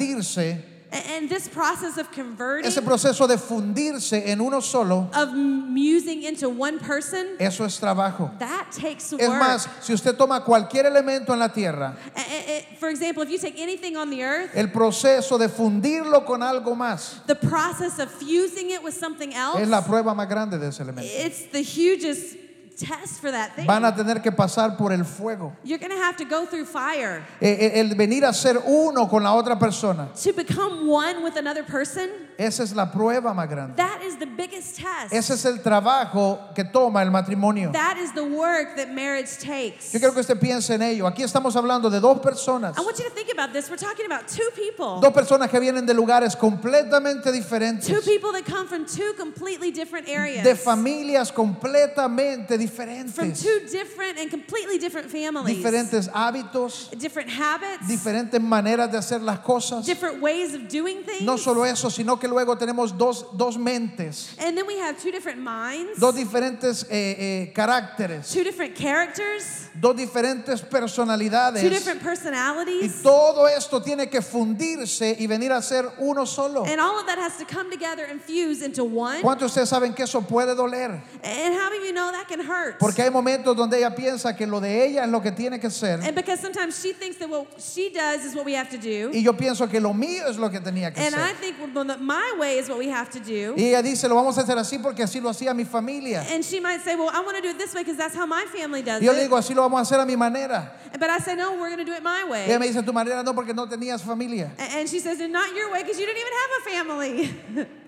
S1: convertirse,
S2: A- And this process of converting
S1: ese proceso de fundirse en uno solo,
S2: of musing into one person,
S1: eso es trabajo.
S2: that takes
S1: Es
S2: work.
S1: más, si usted toma cualquier elemento en la tierra,
S2: A- a- a- for example, if you take anything on the earth,
S1: el proceso de fundirlo con algo más
S2: the process of fusing it with something else
S1: es la prueba más grande de ese elemento.
S2: It's the hugest test for that thing.
S1: Van a tener que pasar por el fuego.
S2: You're going to have to go through fire.
S1: Eh, eh, El venir a ser uno con la otra persona,
S2: To become one with another person,
S1: esa es la prueba más grande.
S2: that is the biggest test.
S1: Ese es el trabajo que toma el matrimonio.
S2: that is the work that marriage takes.
S1: Yo quiero que usted piense en ello. Aquí estamos hablando de dos personas.
S2: I want you to think about this. We're talking about two people.
S1: Dos personas que vienen de lugares completamente
S2: Two
S1: diferentes,
S2: people that come from two completely different areas.
S1: de familias completamente
S2: from
S1: diferentes,
S2: two different and completely different families.
S1: diferentes hábitos,
S2: Different habits.
S1: diferentes maneras de hacer las cosas.
S2: different ways of doing things.
S1: No solo eso, sino que luego tenemos dos, dos mentes,
S2: and then we have two different minds.
S1: dos diferentes eh, eh, caracteres,
S2: two different characters.
S1: dos diferentes
S2: two
S1: personalidades.
S2: different
S1: Y
S2: personalities.
S1: todo esto tiene que fundirse y venir a ser uno solo.
S2: And all of that has to come together and fuse into one.
S1: ¿Cuántos de ustedes saben que eso puede doler?
S2: And how many of you know that can hurt?
S1: Porque hay momentos donde ella piensa que lo de ella es lo que tiene que ser.
S2: and because sometimes she thinks that what she does is what we have to do.
S1: Y yo pienso que lo mío es lo que tenía que
S2: And I
S1: ser.
S2: think well, that my way is what we have to do.
S1: Y ella dice, lo vamos a hacer así porque así lo hacía mi familia.
S2: And she might say, well, I want to do it this way because that's how my family does
S1: Y yo le
S2: it.
S1: digo, así lo vamos a hacer a mi manera.
S2: But I say, no, we're going to do it my way.
S1: Y ella me dice, tu manera no porque no tenías familia.
S2: A- and she says, and not your way because you didn't even have a family.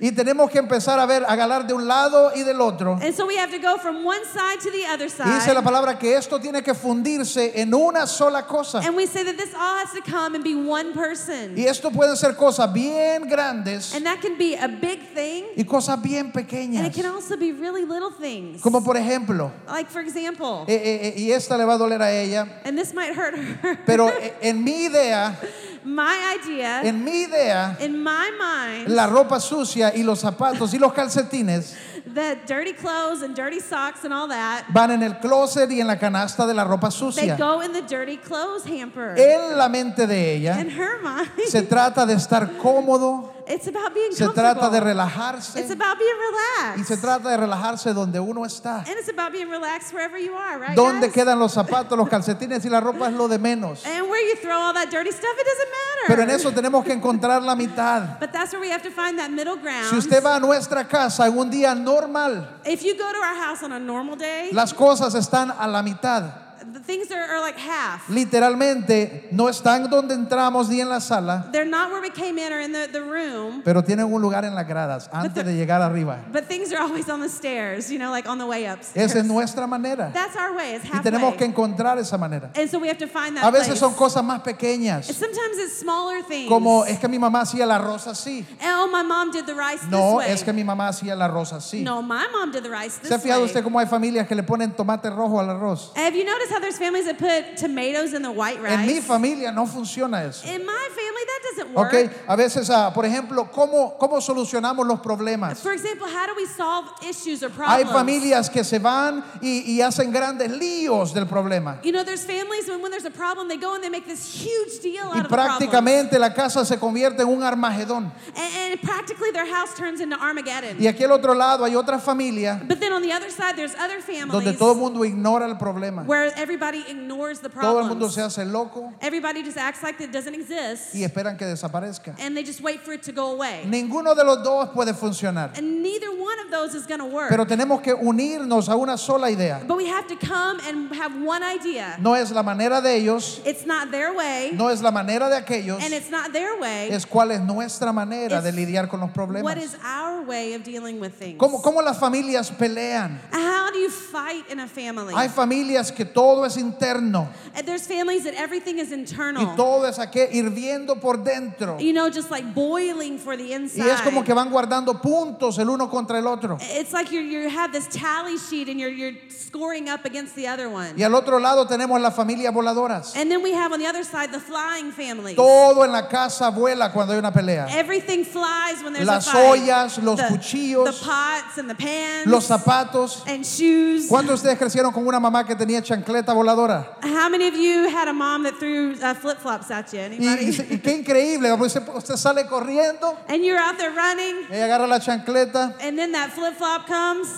S1: Y tenemos que empezar a ver, a galar de un lado y del otro.
S2: and so we have to go from one side to the other
S1: Y dice la
S2: side.
S1: palabra que esto tiene que fundirse en una sola cosa.
S2: And we say that this all has to come and be one person.
S1: Y esto pueden ser cosas bien grandes
S2: And that can be a big thing.
S1: y cosas bien
S2: And
S1: pequeñas.
S2: it can also be really little things.
S1: Como por ejemplo,
S2: Like, for example,
S1: eh, eh, eh, y esta le va a doler a ella,
S2: and this might hurt her,
S1: pero eh, en mi idea,
S2: my idea,
S1: en mi idea,
S2: in my mind,
S1: la ropa sucia y los zapatos y los calcetines
S2: that dirty clothes and dirty socks and all that,
S1: van en el closet y en la canasta de la ropa
S2: they
S1: sucia.
S2: go in the dirty clothes hamper.
S1: En la mente de ella
S2: In her mind,
S1: se trata de estar cómodo.
S2: it's about being
S1: Se trata de
S2: comfortable. It's
S1: relajarse
S2: about being
S1: y
S2: relaxed.
S1: se trata de relajarse donde uno está.
S2: And it's about being relaxed wherever you are, right?
S1: Donde
S2: guys?
S1: quedan los zapatos, los calcetines y la ropa es lo de menos.
S2: And where you throw all that dirty stuff, it doesn't
S1: Pero en
S2: matter.
S1: eso tenemos que encontrar la mitad.
S2: But that's where we have to find that middle ground.
S1: Si usted va a nuestra casa en un día normal,
S2: if you go to our house on a normal day,
S1: las cosas están a la mitad.
S2: the things are, are like half.
S1: Literalmente no están donde entramos ni en la sala,
S2: They're not where we came in or in the, the room,
S1: pero tienen un lugar en las gradas antes de llegar arriba.
S2: but things are always on the stairs, you know, like on the way up.
S1: Esa es nuestra manera
S2: That's our way, it's
S1: y tenemos que
S2: halfway.
S1: encontrar esa manera.
S2: And so we have to find that
S1: A veces son
S2: place.
S1: cosas más pequeñas,
S2: Sometimes it's smaller things.
S1: como es que mi mamá hacía la rosa así.
S2: oh, my mom did the rice
S1: No,
S2: this way.
S1: es que mi mamá hacía la rosa así.
S2: No, my mom did the rice this
S1: ¿Se ha fijado
S2: way.
S1: usted cómo hay familias que le ponen tomate rojo al arroz?
S2: Have you noticed how there's families that put tomatoes in the white rice?
S1: En mi familia no funciona eso.
S2: In my family, that doesn't work.
S1: Ok, a veces, ah, por ejemplo, ¿cómo, ¿cómo solucionamos los problemas?
S2: For example, how do we solve issues or
S1: Hay
S2: problems?
S1: familias que se van y, y hacen grandes líos del problema.
S2: You know, there's families when, when there's a problem, they go and they make this huge deal out
S1: Y
S2: of the problem.
S1: prácticamente la casa se convierte en un armagedón.
S2: And, and practically their house turns into Armageddon.
S1: Y aquí al otro lado hay otra familia
S2: But then on the other side, there's other families
S1: donde todo el mundo ignora el problema.
S2: where everybody ignores the
S1: Todo el
S2: problem.
S1: mundo se hace loco
S2: Everybody just acts like it doesn't exist,
S1: y esperan que desaparezca.
S2: and they just wait for it to go away.
S1: Ninguno de los dos puede funcionar.
S2: And neither one of those is going to work.
S1: Pero tenemos que unirnos a una sola idea.
S2: but we have to come and have one idea.
S1: No es la manera de ellos,
S2: It's not their way,
S1: no es la manera de aquellos,
S2: and it's not their way.
S1: es cuál es nuestra manera de
S2: Es-
S1: lidiar con los problemas.
S2: What is our way of dealing with things?
S1: ¿Cómo, cómo las familias pelean?
S2: How do you fight in a family?
S1: Hay familias que todo es interno
S2: And There's families that everything is internal.
S1: y todo es aquí hirviendo por dentro.
S2: you know, just like boiling for the
S1: Y
S2: inside.
S1: es como que van guardando puntos el uno contra el otro.
S2: It's like you you have this tally sheet and you're you're scoring up against the other one.
S1: Y al otro lado tenemos las familias voladoras.
S2: And then we have on the other side the flying families.
S1: Todo en la casa vuela cuando hay una pelea.
S2: Everything flies when there's
S1: Las
S2: a fight.
S1: ollas, los
S2: the,
S1: cuchillos,
S2: the pots and the pans,
S1: Los zapatos.
S2: and shoes.
S1: ¿Cuántos de ustedes crecieron con una mamá que tenía chancleta voladora?
S2: How many of you had a mom that threw uh, flip flops at you?
S1: Y,
S2: Anybody?
S1: y- y qué increíble, porque usted, usted sale corriendo,
S2: and you're out there running,
S1: ella agarra la chancleta
S2: and then that flip flop comes,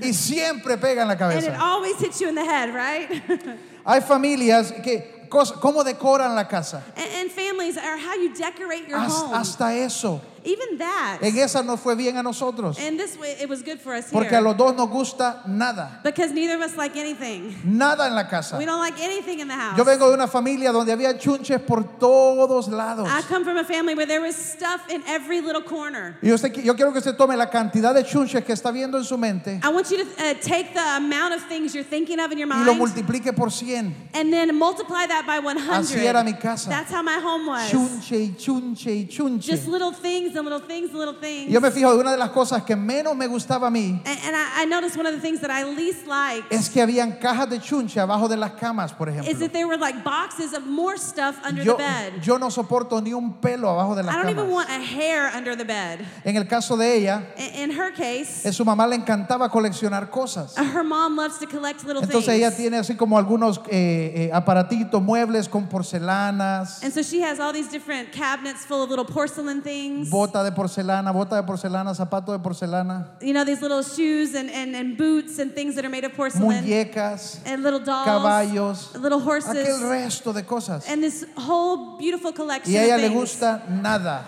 S1: y siempre pega en la
S2: and it
S1: cabeza.
S2: always hits you in the head, right? and,
S1: Hay familias que, cos- ¿cómo decoran la casa?
S2: and families are how you decorate your
S1: Has-
S2: home.
S1: hasta eso.
S2: Even that.
S1: En esa nos fue bien a nosotros,
S2: and this way, it was good for us
S1: porque
S2: here.
S1: a los dos nos gusta nada,
S2: because neither of us like anything.
S1: nada en la casa.
S2: We don't like anything in the house.
S1: Yo vengo de una familia donde había chunches por todos lados.
S2: I come from a family where there was stuff in every little corner.
S1: Y usted qui- yo quiero que usted tome la cantidad de chunches que está viendo en su mente
S2: I want you to uh, take the amount of things you're thinking of in your
S1: y lo
S2: mind
S1: multiplique por 100.
S2: and then multiply that by 100.
S1: Así era mi casa.
S2: That's how my home was.
S1: Chunche y chunche y chunche.
S2: Just little things and little things and little things.
S1: Y Yo me fijo de una de las cosas que menos me gustaba a mí
S2: and and I, I noticed one of the things that I least liked
S1: es que habían cajas de chunche abajo de las camas, por
S2: is
S1: ejemplo.
S2: that there were like boxes of more stuff under
S1: Yo,
S2: the bed.
S1: yo no soporto ni un pelo abajo de las
S2: I don't even
S1: camas.
S2: want a hair under the bed.
S1: En el caso de ella,
S2: In, in her case,
S1: eh, su mamá le encantaba coleccionar cosas.
S2: uh, her mom loves to collect little
S1: Entonces
S2: things.
S1: ella tiene así como algunos eh, eh, aparatitos, muebles con porcelanas,
S2: And so she has all these different cabinets full of little porcelain things.
S1: bota de porcelana, bota de porcelana, zapato de porcelana,
S2: You know, these little shoes and, and, and boots and things that are made of porcelain.
S1: muñecas,
S2: And little dolls.
S1: caballos,
S2: Little horses.
S1: aquel resto de cosas.
S2: And this whole beautiful collection
S1: Y a ella
S2: of
S1: le
S2: things.
S1: gusta nada.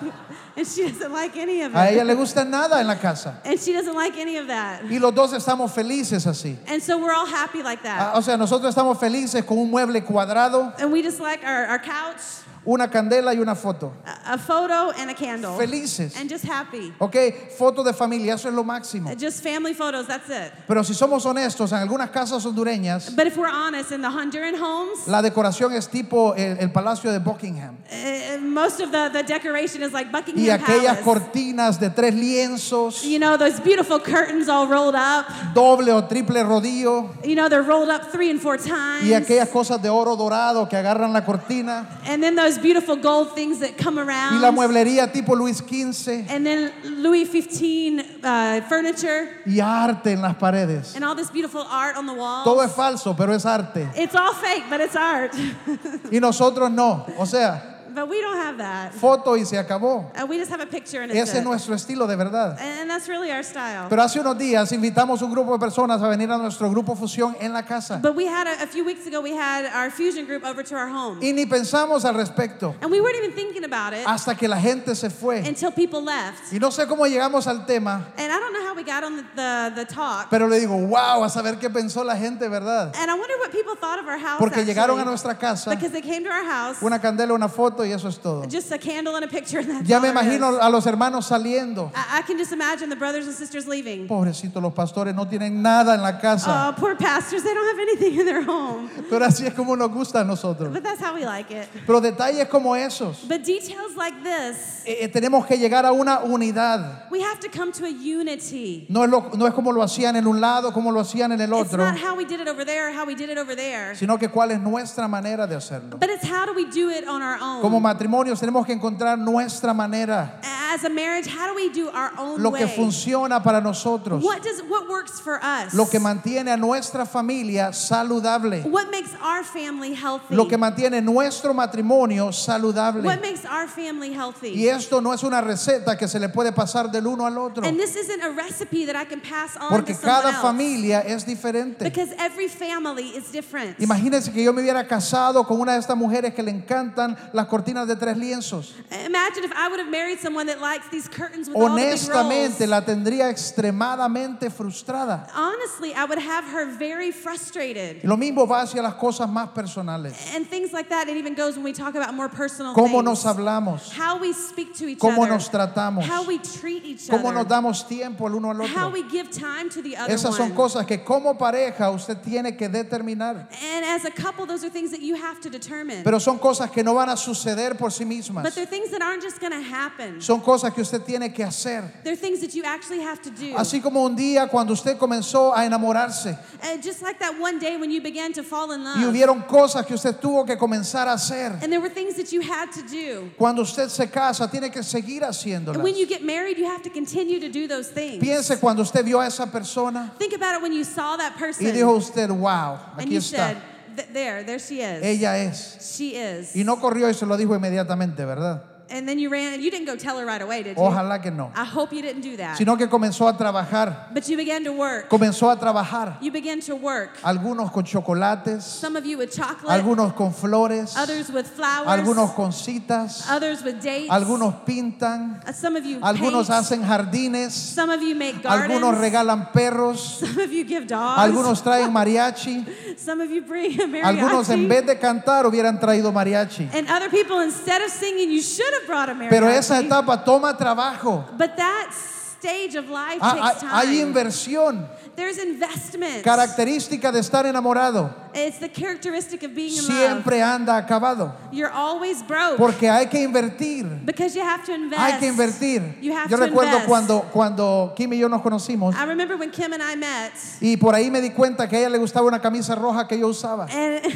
S2: And she doesn't like any of it.
S1: A ella le gusta nada en la casa.
S2: And she doesn't like any of that.
S1: Y los dos estamos felices así.
S2: And so we're all happy like that.
S1: Ah, O sea, nosotros estamos felices con un mueble cuadrado,
S2: and we just like our, our couch,
S1: una candela y una foto.
S2: a, a photo, and a candle.
S1: Felices.
S2: And just happy.
S1: ¿Ok? Foto de familia, eso es lo máximo.
S2: Just family photos, that's it.
S1: Pero si somos honestos, en algunas casas hondureñas,
S2: But if we're honest, in the Honduran homes,
S1: la decoración es tipo el, el Palacio de Buckingham.
S2: Uh, most of the, the decoration is like Buckingham
S1: Y aquellas
S2: Palace.
S1: cortinas de tres lienzos,
S2: you know those beautiful curtains all rolled up.
S1: doble o triple rodillo,
S2: You know they're rolled up three and four times.
S1: y aquellas cosas de oro dorado que agarran la cortina,
S2: and then those beautiful gold things that come around.
S1: y la mueblería tipo Luis XV,
S2: and then Louis XV uh, furniture
S1: y arte en las paredes.
S2: and all this beautiful art on the wall.
S1: Todo es falso, pero es arte.
S2: it's all fake, but it's art.
S1: Y nosotros no. O sea,
S2: but we don't have that.
S1: foto y se acabó.
S2: Uh, we just have a picture and it's
S1: Ese
S2: it.
S1: es nuestro estilo de verdad.
S2: and, and that's really our style.
S1: Pero hace unos días invitamos un grupo de personas a venir a nuestro grupo Fusión en la casa.
S2: but we had a, a few weeks ago we had our fusion group over to our home,
S1: Y ni pensamos al respecto
S2: and we weren't even thinking
S1: Ah.
S2: about it.
S1: hasta que la gente se fue.
S2: until people left.
S1: Y no sé cómo llegamos al tema,
S2: And I don't know how we got on the, the, the talk.
S1: Pero le digo, wow, a saber qué pensó la gente, ¿verdad?
S2: and I wonder what people thought of our house.
S1: Porque llegaron
S2: actually.
S1: a nuestra casa,
S2: because they came to our house,
S1: una candela, una foto y eso es todo.
S2: just a candle and a picture. And that's
S1: Ya
S2: all
S1: me
S2: it is.
S1: imagino a los hermanos saliendo.
S2: I, I can just imagine the brothers and sisters leaving.
S1: Pobrecitos, los pastores no tienen nada en la casa.
S2: Oh, poor pastors, they don't have anything in their home.
S1: Pero así es como nos gusta a nosotros.
S2: But that's how we like it.
S1: Pero detalles como esos,
S2: But details like this,
S1: eh, eh, tenemos que llegar a una unidad.
S2: we have to come to a unity.
S1: No es, lo- no es como lo hacían en un lado, como lo hacían en el
S2: It's
S1: otro,
S2: not how we did it over there, how we did it over there,
S1: sino que cuál es nuestra manera de hacerlo.
S2: but it's how do we do it on our
S1: Como
S2: own.
S1: matrimonios tenemos que encontrar nuestra manera,
S2: As a marriage, how do we do our own
S1: lo que
S2: way?
S1: funciona para nosotros,
S2: What does what works for us?
S1: lo que mantiene a nuestra familia saludable,
S2: What makes our family healthy?
S1: lo que mantiene nuestro matrimonio
S2: What
S1: saludable.
S2: makes our family healthy?
S1: Y esto no es una receta que se le puede pasar del uno al otro,
S2: And this isn't a recipe that I can pass on
S1: porque
S2: to someone
S1: cada
S2: else.
S1: familia es diferente.
S2: Because every family is different.
S1: Imagínense que yo me hubiera casado con una de estas mujeres que le encantan las cortinas de tres lienzos.
S2: Imagine if I would have married someone that likes these curtains with all the big
S1: Honestamente,
S2: rolls.
S1: la tendría extremadamente frustrada.
S2: Honestly, I would have her very frustrated.
S1: Lo mismo va hacia las cosas más personales.
S2: And things like that, it even goes when we talk about more personal
S1: Cómo
S2: things.
S1: nos hablamos,
S2: how we speak to each
S1: cómo
S2: other.
S1: nos tratamos,
S2: how we treat each
S1: cómo nos
S2: other.
S1: damos tiempo el uno al
S2: How
S1: otro.
S2: we give time to the other
S1: Esas
S2: one.
S1: son cosas que como pareja usted tiene que determinar.
S2: And as a couple, those are things that you have to determine.
S1: Pero son cosas que no van a suceder por sí mismas.
S2: but they're things that aren't just going to happen.
S1: Son cosas que usted tiene que hacer.
S2: they're things that you actually have to do.
S1: Así como un día cuando usted comenzó a enamorarse
S2: Uh, just like that one day when you began to fall in love.
S1: y hubieron cosas que usted tuvo que comenzar a hacer.
S2: Ah. and there were things that you had to do.
S1: Cuando usted se casa, tiene que seguir
S2: And
S1: haciéndolas.
S2: when you get married, you have to continue to do those things.
S1: Piense cuando usted vio a esa persona
S2: Think about it when you saw that person.
S1: y dijo usted, wow,
S2: and
S1: aquí
S2: you
S1: está.
S2: said, "Th- there, there she is.
S1: Ella es.
S2: she is.
S1: Y no corrió y se lo dijo inmediatamente, ¿verdad?
S2: and then you ran. You didn't go tell her right away, did you?
S1: Ojalá que no.
S2: I hope you didn't do that.
S1: Sino que comenzó a trabajar.
S2: but you began to work.
S1: Comenzó a trabajar.
S2: You began to work.
S1: Algunos con chocolates,
S2: Some of you with chocolate.
S1: algunos con flores,
S2: others with flowers.
S1: algunos con citas,
S2: others with dates.
S1: algunos pintan,
S2: Uh, some of you
S1: algunos
S2: paint.
S1: hacen jardines,
S2: Some of you make gardens.
S1: algunos regalan perros,
S2: Some of you give dogs.
S1: algunos traen mariachi,
S2: Some of you bring a mariachi.
S1: algunos en vez de cantar hubieran traído mariachi.
S2: and other people, instead of singing, you should have brought a mariachi.
S1: Pero esa etapa toma trabajo.
S2: But that stage of life
S1: Ah,
S2: takes
S1: ah,
S2: time.
S1: Hay inversión,
S2: There's investment.
S1: característica de estar enamorado.
S2: it's the characteristic of being in love.
S1: siempre anda acabado.
S2: You're always broke
S1: Porque hay que invertir.
S2: because you have to invest.
S1: Hay que invertir.
S2: You have
S1: Yo
S2: to
S1: recuerdo
S2: invest. Ah.
S1: cuando, cuando Kim y yo nos conocimos
S2: I remember when Kim and I met,
S1: y por ahí me di cuenta que a ella le gustaba una camisa roja que yo usaba.
S2: and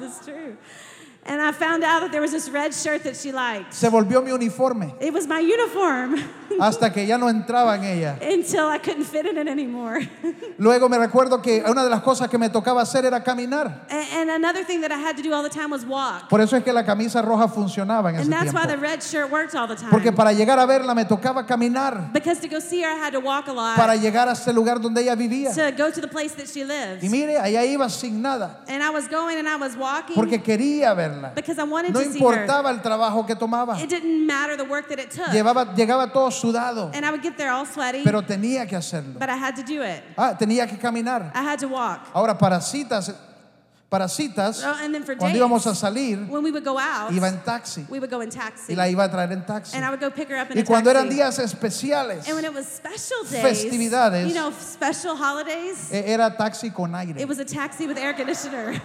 S2: that's true. And I found out that there was this red shirt that she liked.
S1: Se volvió mi uniforme
S2: It was my uniform
S1: hasta que ya no entraba en ella.
S2: until I couldn't fit in it anymore.
S1: Luego me recuerdo que una de las cosas que me tocaba hacer era caminar.
S2: A- And another thing that I had to do all the time was walk.
S1: Por eso es que la camisa roja funcionaba en ese
S2: And that's why the
S1: tiempo.
S2: red shirt worked all the time.
S1: Porque para llegar a verla me tocaba caminar
S2: because to go see her, I had to walk a lot
S1: para llegar a ese lugar donde ella vivía.
S2: to go to the place that she lived.
S1: Y mire, allá iba sin nada
S2: And I was going and I was walking
S1: porque quería verla.
S2: because I wanted
S1: No
S2: to see her.
S1: importaba el trabajo que tomaba.
S2: It didn't matter the work that it took.
S1: Llevaba, llegaba todo sudado,
S2: And I would get there all sweaty,
S1: pero tenía que hacerlo.
S2: but I had to do it.
S1: Ah, tenía que caminar.
S2: I had to walk.
S1: Ahora, para citas, para citas,
S2: Oh, and then for
S1: cuando
S2: days,
S1: íbamos a salir,
S2: when we would go out,
S1: iba en taxi
S2: we would go in
S1: y
S2: taxi.
S1: la iba a traer en taxi.
S2: And I would go pick her up in
S1: Y
S2: a
S1: cuando eran
S2: taxi.
S1: días especiales,
S2: and when it was special days,
S1: Festividades.
S2: you know, special holidays,
S1: eh, era taxi con
S2: it
S1: aire.
S2: was a taxi with air conditioner.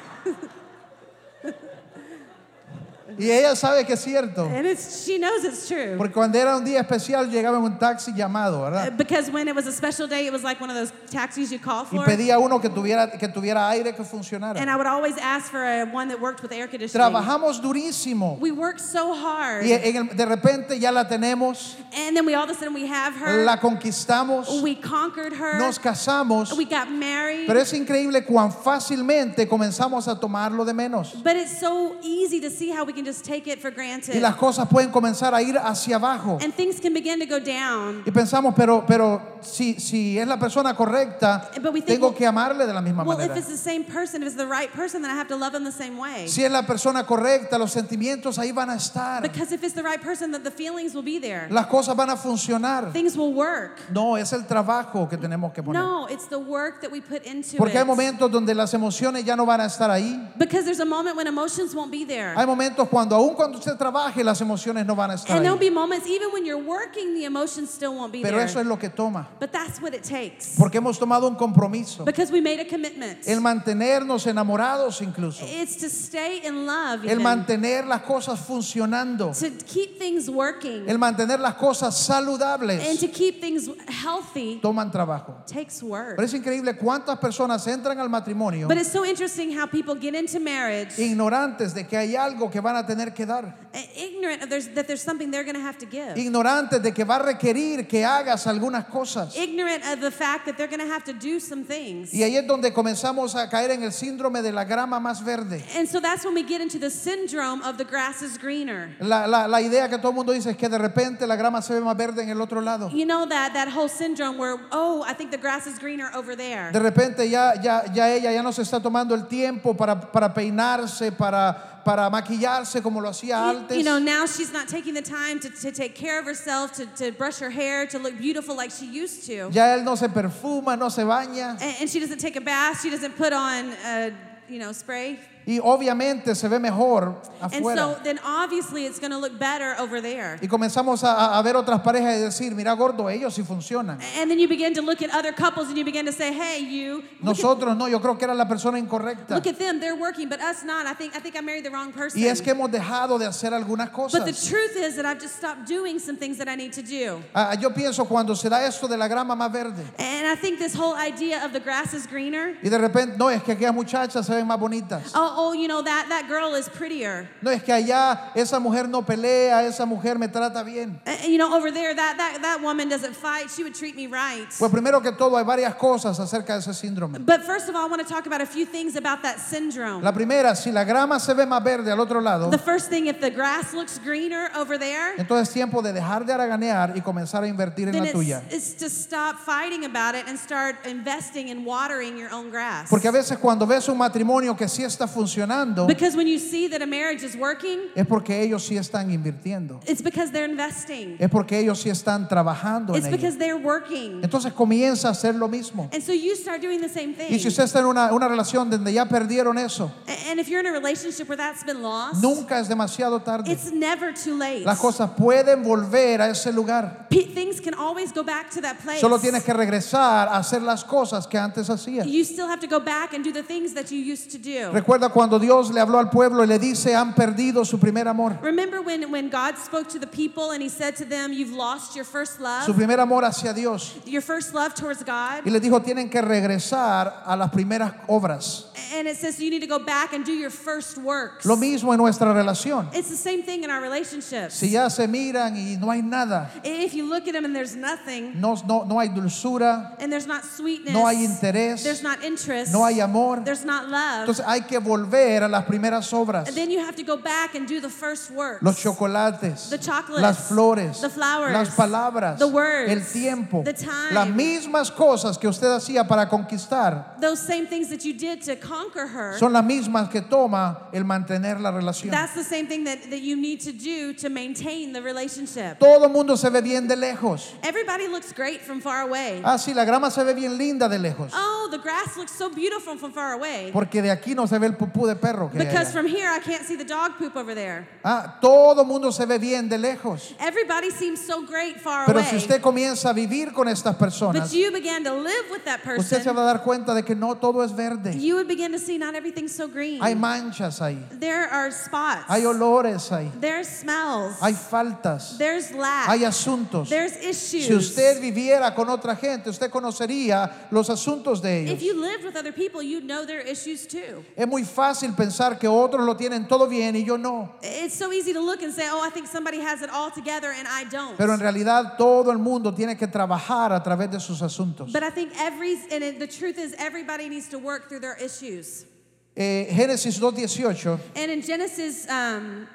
S1: Y ella sabe que es cierto,
S2: And it's she knows it's true.
S1: porque cuando era un día especial llegaba en un taxi llamado,
S2: Uh,
S1: ¿verdad?
S2: Because when it was a special day, it was like one of those taxis you call
S1: Y
S2: for.
S1: pedía uno que tuviera, que tuviera aire que
S2: And
S1: funcionara.
S2: I would always ask for a, one that worked with air conditioning.
S1: Trabajamos durísimo
S2: We worked so hard.
S1: y en el- de repente ya la tenemos.
S2: And then we all of a sudden we have her.
S1: la conquistamos,
S2: We conquered her.
S1: nos casamos,
S2: We got married.
S1: pero es increíble cuán fácilmente comenzamos a tomarlo de menos.
S2: But it's so easy to see how we can just take it for
S1: Y
S2: granted.
S1: las cosas pueden comenzar a ir hacia abajo.
S2: And things can begin to go down.
S1: Y pensamos, pero, pero si, si es la persona correcta,
S2: But we think,
S1: tengo
S2: well-
S1: que amarle de la misma
S2: Well, if
S1: manera.
S2: it's the same person, if it's the right person, then I have to love them the same way.
S1: Si es la persona correcta, los sentimientos ahí van a estar.
S2: Because if it's the right person, then the feelings will be there.
S1: Las cosas van a funcionar.
S2: Things will work.
S1: No, es el trabajo que tenemos que poner.
S2: No, it's the work that we put into
S1: Porque hay
S2: it.
S1: momentos donde las emociones ya no van a estar ahí.
S2: Because there's a moment when emotions won't be there.
S1: Hay momentos cuando, aun cuando usted trabaje, las emociones no van a estar
S2: And there'll
S1: ahí.
S2: be moments, even when you're working, the emotions still won't be
S1: Pero
S2: there.
S1: eso es lo que toma.
S2: But that's what it takes.
S1: Porque hemos tomado un compromiso.
S2: Because we made a commitment.
S1: El mantenernos enamorados incluso.
S2: It's to stay in love,
S1: El
S2: even.
S1: mantener las cosas funcionando.
S2: to keep things working,
S1: El mantener las cosas
S2: and
S1: saludables
S2: to keep things healthy
S1: toman trabajo.
S2: takes work.
S1: Pero es increíble cuántas personas entran al matrimonio
S2: But it's so interesting how people get into marriage
S1: ignorantes de que hay algo que van a tener que dar.
S2: i- ignorant of there's, that there's something they're going to have to give.
S1: Ignorantes de que va a requerir que hagas algunas cosas.
S2: ignorant of the fact that they're going to have to do some things.
S1: Y ahí es donde comenzamos a caer en el síndrome de la grama más verde.
S2: And so that's when we get into the syndrome of the grass is greener.
S1: La, la- la idea que todo el mundo dice es que de repente la grama se ve más verde en el otro lado.
S2: You know that that whole syndrome where oh, I think the grass is greener over there.
S1: De repente ya, ya, ya ella ya no se está tomando el tiempo para, para peinarse, para, para maquillarse como lo hacía
S2: You-
S1: antes.
S2: you know, now she's not taking the time to, to take care of herself, to, to brush her hair, to look beautiful like she used to.
S1: Ya él no se perfuma, no se baña.
S2: And, and she doesn't take a bath, she doesn't put on, uh, you know, spray.
S1: Y obviamente se ve mejor
S2: And so
S1: afuera.
S2: then obviously it's going to look better over there.
S1: Y comenzamos a, a- a ver otras parejas y decir, mira gordo, ellos sí funcionan.
S2: And then you begin to look at other couples and you begin to say, hey, you, look at,
S1: Nosotros no, yo creo que era la persona incorrecta.
S2: look at them, they're working, but us not. I think, I think I married the wrong person.
S1: Y es que hemos dejado de hacer algunas
S2: But the
S1: cosas.
S2: truth is that I've just stopped doing some things that I need to do.
S1: Ah, yo pienso cuando se da esto de la grama más verde.
S2: And I think this whole idea of the grass is greener.
S1: Y de repente, no, es que aquellas muchachas se ven más bonitas.
S2: Oh, oh, you know that that girl is prettier.
S1: No, es que allá esa mujer no pelea, esa mujer me trata bien.
S2: Uh, you know, over there, that, that, that woman doesn't fight. She would treat me right.
S1: Pues primero que todo, hay varias cosas acerca de ese síndrome.
S2: But first of all, I want to talk about a few things about that syndrome.
S1: La primera, si la grama se ve más verde al otro lado,
S2: The first thing, if the grass looks greener over there,
S1: entonces es tiempo de dejar de haraganear y comenzar a invertir en
S2: then
S1: la tuya.
S2: it's, it's to stop fighting about it and start investing in watering your own grass.
S1: Porque a veces cuando ves un matrimonio que sí está funcionando,
S2: Because when you see that a marriage is working,
S1: es porque ellos sí están invirtiendo.
S2: it's because they're investing.
S1: Es porque ellos sí están trabajando en
S2: It's
S1: ello.
S2: because they're working.
S1: Entonces comienza a hacer lo mismo.
S2: And so you start doing the same thing.
S1: Y si usted está en una, una relación donde ya perdieron eso,
S2: A- And if you're in a relationship where that's been lost,
S1: nunca es demasiado tarde.
S2: it's never too late.
S1: Las cosas pueden volver a ese lugar.
S2: Pe- things can always go back to that place.
S1: Solo tienes que regresar a hacer las cosas que antes hacías.
S2: you still have to go back and do the things that you used to do.
S1: Recuerda cuando Dios le habló al pueblo y le dice, han perdido su primer amor.
S2: Remember when, when God spoke to the people and he said to them, You've lost your first love,
S1: Su primer amor hacia Dios.
S2: your first love towards God.
S1: Y les dijo, tienen que regresar a las primeras obras.
S2: And it says you need to go back and do your first works.
S1: Lo mismo en nuestra relación.
S2: It's the same thing in our relationships.
S1: Si ya se miran y no hay nada,
S2: If you look at them and there's nothing,
S1: no, no, no hay dulzura,
S2: and there's not sweetness,
S1: no hay
S2: there's
S1: interés,
S2: not interest,
S1: no hay amor,
S2: there's not love.
S1: entonces hay que volver a las primeras obras.
S2: And then you have to go back and do the first work.
S1: Los chocolates,
S2: The chocolates,
S1: las flores,
S2: the flowers,
S1: las palabras,
S2: the words,
S1: el tiempo,
S2: the time.
S1: las mismas cosas que usted hacía para conquistar
S2: Those same things that you did to conquer her,
S1: son las mismas que toma el mantener la relación.
S2: that's the same thing that, that you need to do to maintain the relationship.
S1: Todo el mundo se ve bien de lejos.
S2: Everybody looks great from far away.
S1: Ah, sí, la grama se ve bien linda de lejos.
S2: Oh, the grass looks so beautiful from far away.
S1: Porque de aquí no se ve el pupú de perro. Que hay
S2: Because
S1: allá.
S2: from here, I can't see the dog poop over there.
S1: ah, todo el mundo se ve bien de lejos.
S2: Everybody seems so great far
S1: Pero
S2: away.
S1: si usted comienza a vivir con estas
S2: but
S1: personas,
S2: you began to live with that person,
S1: usted se va a dar cuenta de que no todo es verde.
S2: you would begin to see not everything's so green.
S1: Hay manchas ahí,
S2: there are spots.
S1: hay olores ahí,
S2: There's smells.
S1: hay faltas,
S2: There's lack.
S1: hay asuntos.
S2: There's issues.
S1: Si usted viviera con otra gente, usted conocería los asuntos de
S2: if
S1: ellos.
S2: you lived with other people, you'd know their issues too.
S1: Es muy fácil pensar que otros lo tienen todo bien y yo no.
S2: It's so easy to look and say, oh, I think somebody has it all together and I don't.
S1: Pero en realidad todo el mundo tiene que trabajar a través de sus asuntos.
S2: but I think every, and it, the truth is, everybody needs to work through their issues.
S1: Eh, Génesis 2.18
S2: And in Genesis um,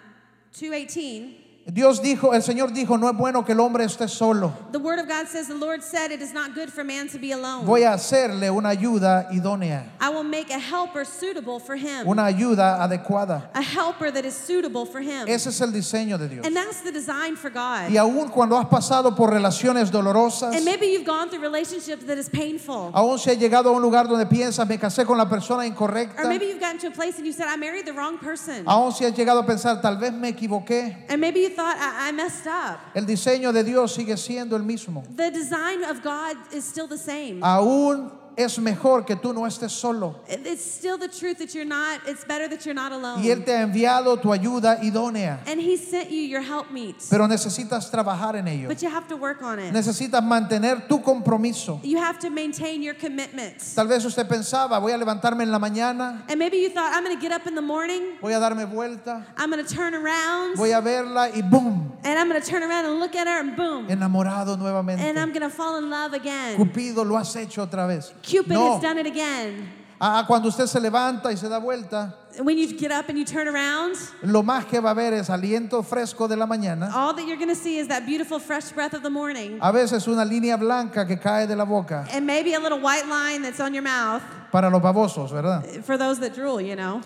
S2: 2:18,
S1: Dios dijo, el Señor dijo, no es bueno que el hombre esté solo.
S2: the word of God says, "The Lord said, it is not good for man to be alone.
S1: Voy a hacerle una ayuda idónea,
S2: I will make a helper suitable for him.
S1: una ayuda adecuada.
S2: a helper that is suitable for him."
S1: Ese es el diseño de Dios.
S2: and that's the design for God.
S1: Y aun cuando has pasado por relaciones dolorosas,
S2: And maybe you've gone through relationships that is painful.
S1: aún si has llegado a un lugar donde piensas, me casé con la persona incorrecta,
S2: Or maybe you've gotten to a place and you said, I married the wrong person.
S1: aún si has llegado a pensar, tal vez me equivoqué,
S2: And maybe you thought, I, I messed up.
S1: el diseño de Dios sigue siendo el mismo.
S2: The design of God is still the
S1: Uh,
S2: same.
S1: Aún es mejor que tú no estés solo.
S2: It- It's still the truth that you're not, it's better that you're not alone.
S1: Y Él te ha enviado tu ayuda idónea,
S2: And He sent you your helpmeet.
S1: pero necesitas trabajar en ello.
S2: But you have to work on it.
S1: Necesitas mantener tu compromiso.
S2: You have to maintain your commitment.
S1: Tal vez usted pensaba, voy a levantarme en la mañana,
S2: And maybe you thought, I'm going to get up in the morning,
S1: voy a darme vuelta,
S2: I'm going to turn around,
S1: voy a verla y ¡boom!
S2: and I'm going to turn around and look at her, and boom,
S1: Enamorado
S2: and I'm
S1: nuevamente.
S2: going to fall in love again.
S1: Cupido, lo has hecho otra vez.
S2: Cupid
S1: No.
S2: has done it again.
S1: Ah, cuando usted se levanta y se da vuelta,
S2: When you get up and you turn around,
S1: lo más que va a ver es aliento fresco de la mañana.
S2: all that you're going to see is that beautiful fresh breath of the morning.
S1: A veces una línea blanca que cae de la boca
S2: And maybe a little white line that's on your mouth
S1: para los babosos, ¿verdad?
S2: for those that drool, you know.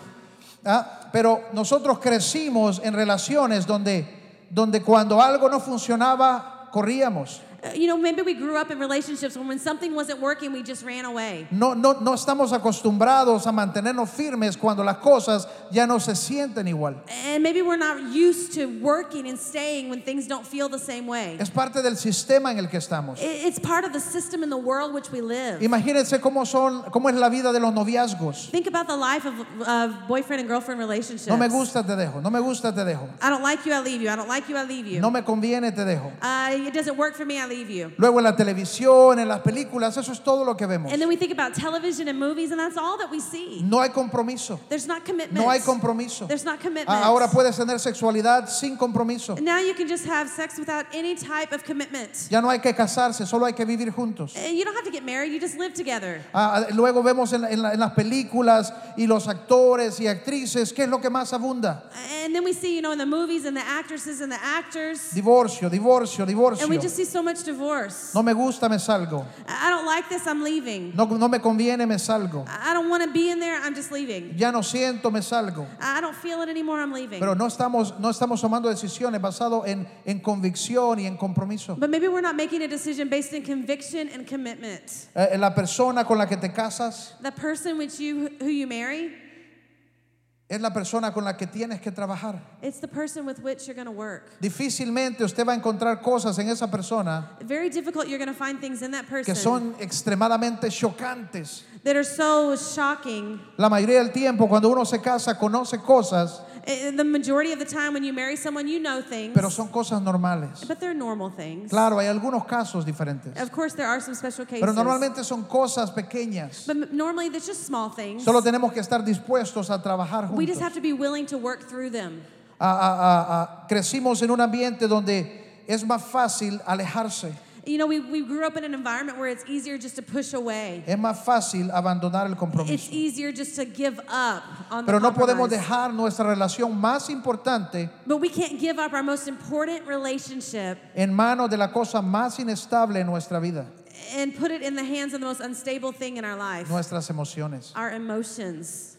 S1: Ah, Pero nosotros crecimos en relaciones donde, donde cuando algo no funcionaba, corríamos.
S2: Uh, You know, maybe we grew up in relationships when, when something wasn't working, we just ran away.
S1: No, no, no estamos acostumbrados a mantenernos firmes cuando las cosas ya no se sienten igual.
S2: And maybe we're not used to working and staying when things don't feel the same way.
S1: Es parte del sistema en el que estamos.
S2: I- It's part of the system in the world which we live.
S1: Imagínense cómo, son, cómo es la vida de los noviazgos.
S2: Think about the life of, of boyfriend and girlfriend relationships.
S1: No me gusta, te dejo. No me gusta, te dejo.
S2: I don't like you, I leave you. I don't like you, I leave you.
S1: No me conviene, te dejo.
S2: Uh, it doesn't work for me, I leave you.
S1: Luego en la televisión, en las películas, eso es todo lo que vemos.
S2: And then we think about television and movies, and that's all that we see.
S1: No hay compromiso.
S2: There's not commitment.
S1: No hay compromiso.
S2: There's not commitment.
S1: A- Ahora puedes tener sexualidad sin compromiso.
S2: And Now you can just have sex without any type of commitment.
S1: Ya no hay que casarse, solo hay que vivir juntos.
S2: Uh, You don't have to get married, you just live together.
S1: Ah, ah, luego vemos en, la- en la- en las películas y los actores y actrices, ¿qué es lo que más abunda?
S2: And then we see, you know, in the movies and the actresses and the actors,
S1: Divorcio, divorcio, divorcio.
S2: and we just see so much divorce.
S1: No me gusta, me salgo.
S2: I I don't like this, I'm leaving.
S1: No, no me conviene, me salgo.
S2: I I don't want to be in there, I'm just leaving.
S1: Ya no siento, me salgo.
S2: I I don't feel it anymore, I'm leaving.
S1: Pero no estamos, no estamos tomando decisiones basadas en, en convicción y en compromiso.
S2: But maybe we're not making a decision based in conviction and commitment.
S1: Eh, la persona con la que te casas
S2: The person which you who you marry,
S1: es la persona con la que tienes que trabajar.
S2: it's the person with which you're going to work.
S1: Difícilmente usted va a encontrar cosas en esa persona
S2: Very difficult you're going to find things in that
S1: que
S2: person
S1: son extremadamente chocantes.
S2: that are so shocking
S1: La mayoría del tiempo cuando uno se casa conoce cosas,
S2: Uh, The majority of the time when you marry someone, you know things,
S1: pero son cosas normales.
S2: but they're normal things.
S1: Claro, hay algunos casos diferentes,
S2: Of course, there are some special cases.
S1: pero normalmente son cosas pequeñas.
S2: but m- normally, that's just small things.
S1: Solo tenemos que estar dispuestos a trabajar
S2: we
S1: juntos.
S2: just have to be willing to work through them.
S1: Ah, ah, ah, ah, Crecimos en un ambiente donde es más fácil alejarse,
S2: You know, we, we grew up in an environment where it's easier just to push away.
S1: es más fácil abandonar el
S2: It's
S1: compromiso.
S2: easier just to give up on the
S1: Pero no podemos
S2: compromise.
S1: dejar nuestra relación más importante
S2: But we can't give up our most important relationship
S1: en manos de la cosa más inestable en nuestra vida,
S2: and put it in the hands of the most unstable thing in our life,
S1: nuestras emociones.
S2: our emotions.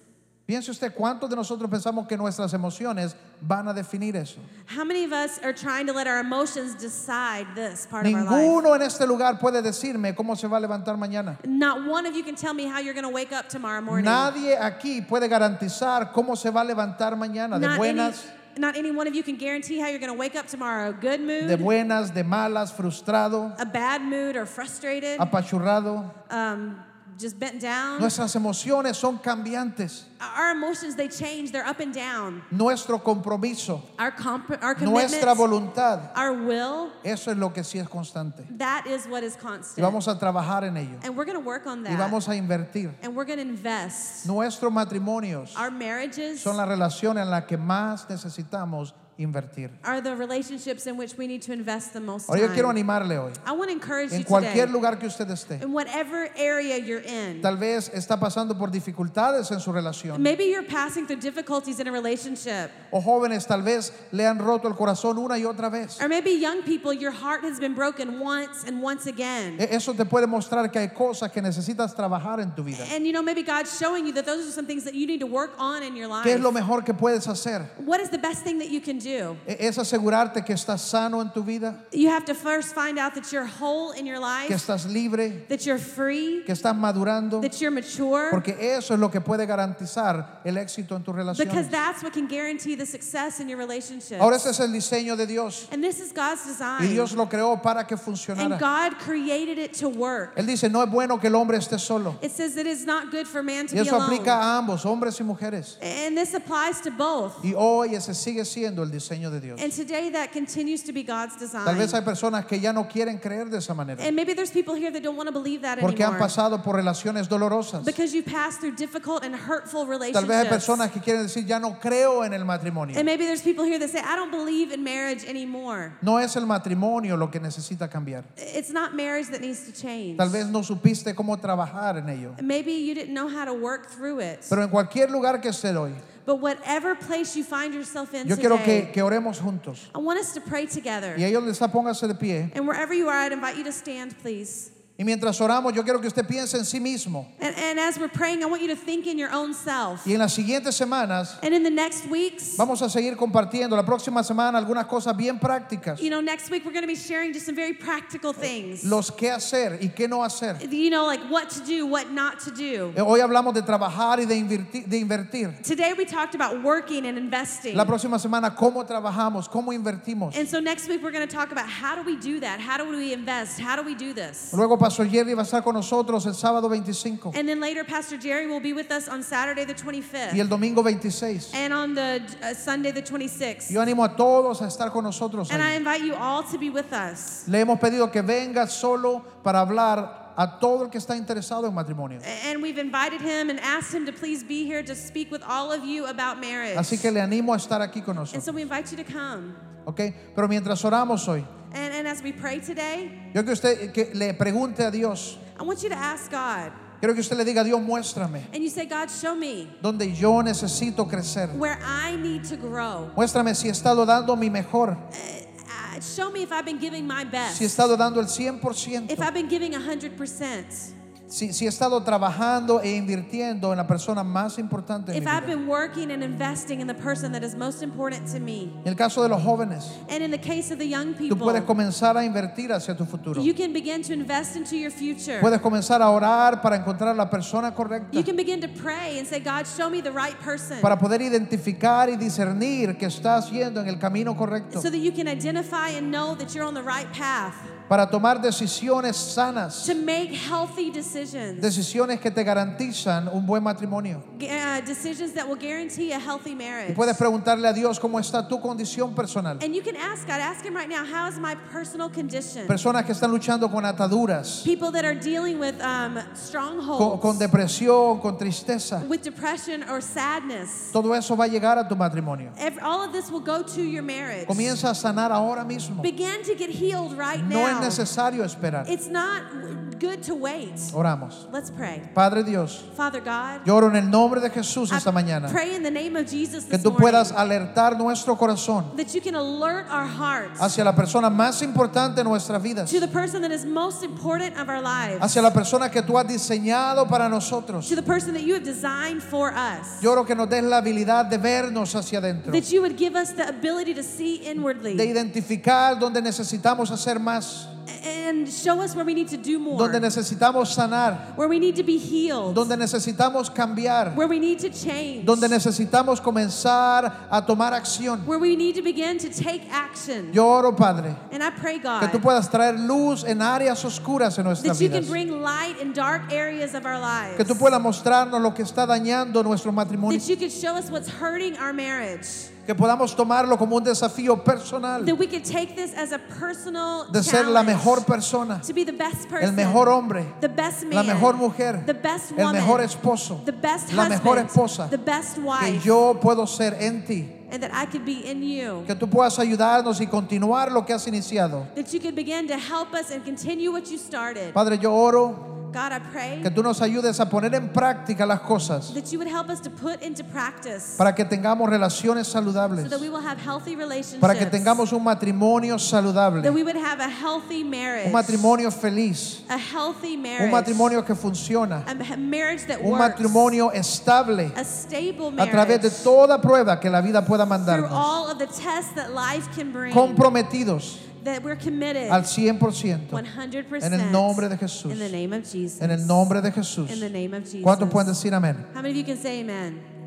S1: Piense usted cuántos de nosotros pensamos que nuestras emociones van a definir eso.
S2: How many of us are trying to let our emotions decide this part of our life?
S1: Ninguno en este lugar puede decirme cómo se va a levantar mañana.
S2: Not one of you can tell me how you're going to wake up tomorrow morning.
S1: Nadie aquí puede garantizar cómo se va a levantar mañana, de
S2: Not
S1: buenas,
S2: Any, not any one of you can guarantee how you're going to wake up tomorrow. Good mood,
S1: de buenas, de malas, frustrado,
S2: a bad mood, or frustrated,
S1: apachurrado.
S2: um, just bent down.
S1: Nuestras emociones son cambiantes.
S2: Our emotions, they change. They're up and down.
S1: Nuestro compromiso,
S2: Our, comp- our commitment,
S1: nuestra voluntad,
S2: our will,
S1: eso es lo que sí es constante.
S2: that is what is
S1: Y
S2: constant.
S1: vamos a trabajar en ello.
S2: and we're going to work on
S1: Y
S2: that.
S1: vamos a invertir.
S2: and we're going to invest.
S1: Nuestros matrimonios
S2: Our marriages
S1: son la relación en la que más necesitamos invertir.
S2: are the relationships in which we need to invest the most
S1: Ahora yo quiero
S2: time.
S1: animarle hoy,
S2: I want to encourage
S1: en
S2: you
S1: cualquier
S2: today, Em-
S1: lugar que usted esté.
S2: in whatever area you're in,
S1: Tal vez está pasando por dificultades en su relación.
S2: maybe you're passing through difficulties in a relationship,
S1: O jóvenes tal vez le han roto el corazón una y otra vez.
S2: or maybe young people, your heart has been broken once and once again.
S1: E- Eso te puede mostrar que hay cosas que necesitas trabajar en tu vida.
S2: And you know, maybe God's showing you that those are some things that you need to work on in your life.
S1: ¿Qué es lo mejor que puedes hacer?
S2: What is the best thing that you can do?
S1: E- Es asegurarte que estás sano en tu vida,
S2: You have to first find out that you're whole in your
S1: que
S2: life,
S1: estás libre,
S2: that you're free,
S1: que estás madurando,
S2: that you're mature,
S1: porque eso es lo que puede garantizar el éxito en tu
S2: because
S1: relación.
S2: that's what can guarantee the success in your relationship.
S1: Ahora ese es el diseño de Dios
S2: And this is God's
S1: y
S2: design.
S1: Dios lo creó para que
S2: And
S1: funcionara.
S2: God created it to work.
S1: Él dice, no es bueno que el hombre esté solo.
S2: It says it is not good for man to
S1: Y
S2: be
S1: eso aplica
S2: alone.
S1: a ambos, hombres y mujeres.
S2: And this applies to both.
S1: Y hoy ese sigue siendo el diseño de Dios.
S2: And today that continues to be God's
S1: Tal vez hay
S2: design.
S1: personas que ya no quieren creer de esa manera
S2: And maybe there's people here that don't want to believe that
S1: porque han
S2: anymore.
S1: pasado por relaciones dolorosas.
S2: Because you passed through difficult and hurtful
S1: Tal vez hay
S2: relationships.
S1: personas que quieren decir, ya no creo en el matrimonio.
S2: And maybe there's people here that say, I don't believe in marriage anymore.
S1: No es el matrimonio lo que necesita cambiar.
S2: It's not marriage that needs to change.
S1: Tal vez no supiste cómo trabajar en ello.
S2: Maybe you didn't know how to work through it.
S1: Pero en cualquier lugar que esté hoy,
S2: but whatever place you find yourself in
S1: yo quiero que,
S2: today,
S1: que oremos juntos.
S2: I want us to pray together.
S1: Y ahí donde está, póngase de pie.
S2: And wherever you are, I'd invite you to stand, please.
S1: Y mientras oramos, yo quiero que usted piense en sí mismo.
S2: And, and as we're praying, I want you to think in your own self.
S1: Y en las siguientes semanas,
S2: And in the next weeks,
S1: vamos a seguir compartiendo la próxima semana algunas cosas bien prácticas.
S2: you know, next week we're going to be sharing just some very practical things.
S1: Los qué hacer y qué no hacer.
S2: You know, like what to do, what not to do.
S1: Eh, Hoy hablamos de trabajar y de invertir. De invertir.
S2: Today we talked about working and investing.
S1: La próxima semana, cómo trabajamos, cómo invertimos.
S2: And so next week we're going to talk about how do we do that? How do we invest? How do we do this?
S1: Luego Pastor Jerry va a estar con nosotros el sábado 25
S2: And then later Pastor Jerry will be with us on Saturday the
S1: y
S2: 25th
S1: el domingo 26.
S2: and on the uh, Sunday the 26th.
S1: Yo animo a todos a estar con nosotros.
S2: And
S1: ahí.
S2: I invite you all to be with us.
S1: Le hemos pedido que venga solo para hablar a todo el que está interesado en matrimonio.
S2: And we've invited him and asked him to please be here to speak with all of you about marriage.
S1: Así que le animo a estar aquí con
S2: and so
S1: nosotros.
S2: we invite you to come.
S1: ¿ok? Pero mientras oramos hoy,
S2: And, and as we pray today,
S1: yo que usted que le pregunte a Dios,
S2: I want you to ask God.
S1: quiero que usted le diga, Dios, muéstrame
S2: And you say, God, show me
S1: donde yo necesito crecer.
S2: where I need to grow.
S1: Muéstrame si he estado dando mi mejor,
S2: Uh, show me if I've been giving my best.
S1: si he estado dando el
S2: if
S1: 100%,
S2: I've been giving 100%.
S1: si, si he estado trabajando e invirtiendo en la persona más importante de
S2: If
S1: mi
S2: I've
S1: vida.
S2: been working and investing in the person that is most important to me.
S1: En el caso de los jóvenes,
S2: And in the case of the young
S1: tú puedes
S2: people,
S1: comenzar a invertir hacia tu futuro.
S2: you can begin to invest into your future.
S1: Puedes comenzar a orar para encontrar la persona correcta,
S2: You can begin to pray and say, God, show me the right person.
S1: para poder identificar y discernir que estás yendo en el camino correcto,
S2: so that you can identify and know that you're on the right path
S1: para tomar decisiones sanas,
S2: to make healthy decisions
S1: decisiones que te garantizan un buen matrimonio.
S2: gu- uh, decisions that will guarantee a healthy
S1: Y
S2: marriage
S1: puedes preguntarle a Dios cómo está tu condición personal.
S2: and you can ask god ask him right now how is my personal condition
S1: Personas que están luchando con ataduras,
S2: people that are dealing with um,
S1: con,
S2: strongholds
S1: con depresión, con tristeza.
S2: with depression or sadness
S1: Todo eso va a llegar a tu matrimonio.
S2: Ev- all of this will go to your marriage
S1: Comienza a sanar ahora mismo.
S2: begin to get healed right
S1: No es
S2: now
S1: necesario esperar.
S2: it's not w- good to wait
S1: Oramos.
S2: let's pray
S1: Padre Dios,
S2: father god
S1: yo oro en el nombre de Jesús
S2: I
S1: esta mañana.
S2: pray in the name of jesus
S1: Que
S2: this
S1: tú puedas
S2: morning,
S1: alertar nuestro corazón
S2: that you can alert our hearts
S1: hacia la persona más importante de nuestras vidas,
S2: to the person that is most important of our lives,
S1: hacia la persona que tú has diseñado para nosotros.
S2: to the person that you have designed for us,
S1: Yo oro que nos des la habilidad de vernos hacia adentro,
S2: that you would give us the ability to see inwardly
S1: de identificar donde necesitamos hacer más,
S2: and show us where we need to do more,
S1: donde necesitamos sanar,
S2: where we need to be healed,
S1: donde necesitamos cambiar,
S2: where we need to change,
S1: donde necesitamos comenzar a tomar acción.
S2: where we need to begin to take action.
S1: Yo oro, Padre,
S2: and I pray,
S1: que
S2: God,
S1: tú puedas traer luz en áreas oscuras en nuestras
S2: that you
S1: vidas.
S2: can bring light in dark areas of our lives,
S1: Que tú puedas mostrarnos lo que está dañando nuestro matrimonio.
S2: that you can show us what's hurting our marriage,
S1: Que podamos tomarlo como un desafío personal
S2: that we can take this as a personal
S1: de ser la
S2: challenge
S1: mejor persona,
S2: to be the best person.
S1: el mejor hombre,
S2: the best man,
S1: la mejor mujer,
S2: the best
S1: el
S2: woman,
S1: mejor esposo,
S2: the best
S1: la
S2: husband,
S1: mejor esposa
S2: the best
S1: que
S2: wife
S1: yo puedo ser en ti
S2: and that I could be in you.
S1: que tú puedas ayudarnos y continuar lo que has iniciado.
S2: That you could begin to help us and continue what you started.
S1: Padre, yo oro
S2: God, I pray
S1: que tú nos ayudes a poner en práctica las cosas
S2: that you would help us to put into practice
S1: para que tengamos relaciones
S2: so
S1: saludables,
S2: that we will have healthy relationships.
S1: para que tengamos un matrimonio saludable,
S2: that we would have a healthy marriage.
S1: un matrimonio feliz,
S2: a healthy marriage.
S1: un matrimonio que funciona,
S2: a ma- marriage that
S1: un
S2: works.
S1: matrimonio estable
S2: a stable
S1: a
S2: marriage.
S1: través de toda prueba que la vida pueda
S2: through
S1: mandarnos,
S2: all of the tests that life can bring.
S1: comprometidos
S2: that we're committed
S1: al 100%,
S2: 100%
S1: en el nombre de Jesús,
S2: in the name of Jesus.
S1: en el nombre de Jesús.
S2: In the name of Jesus.
S1: ¿Cuántos pueden decir amén?
S2: How many of you can say amen?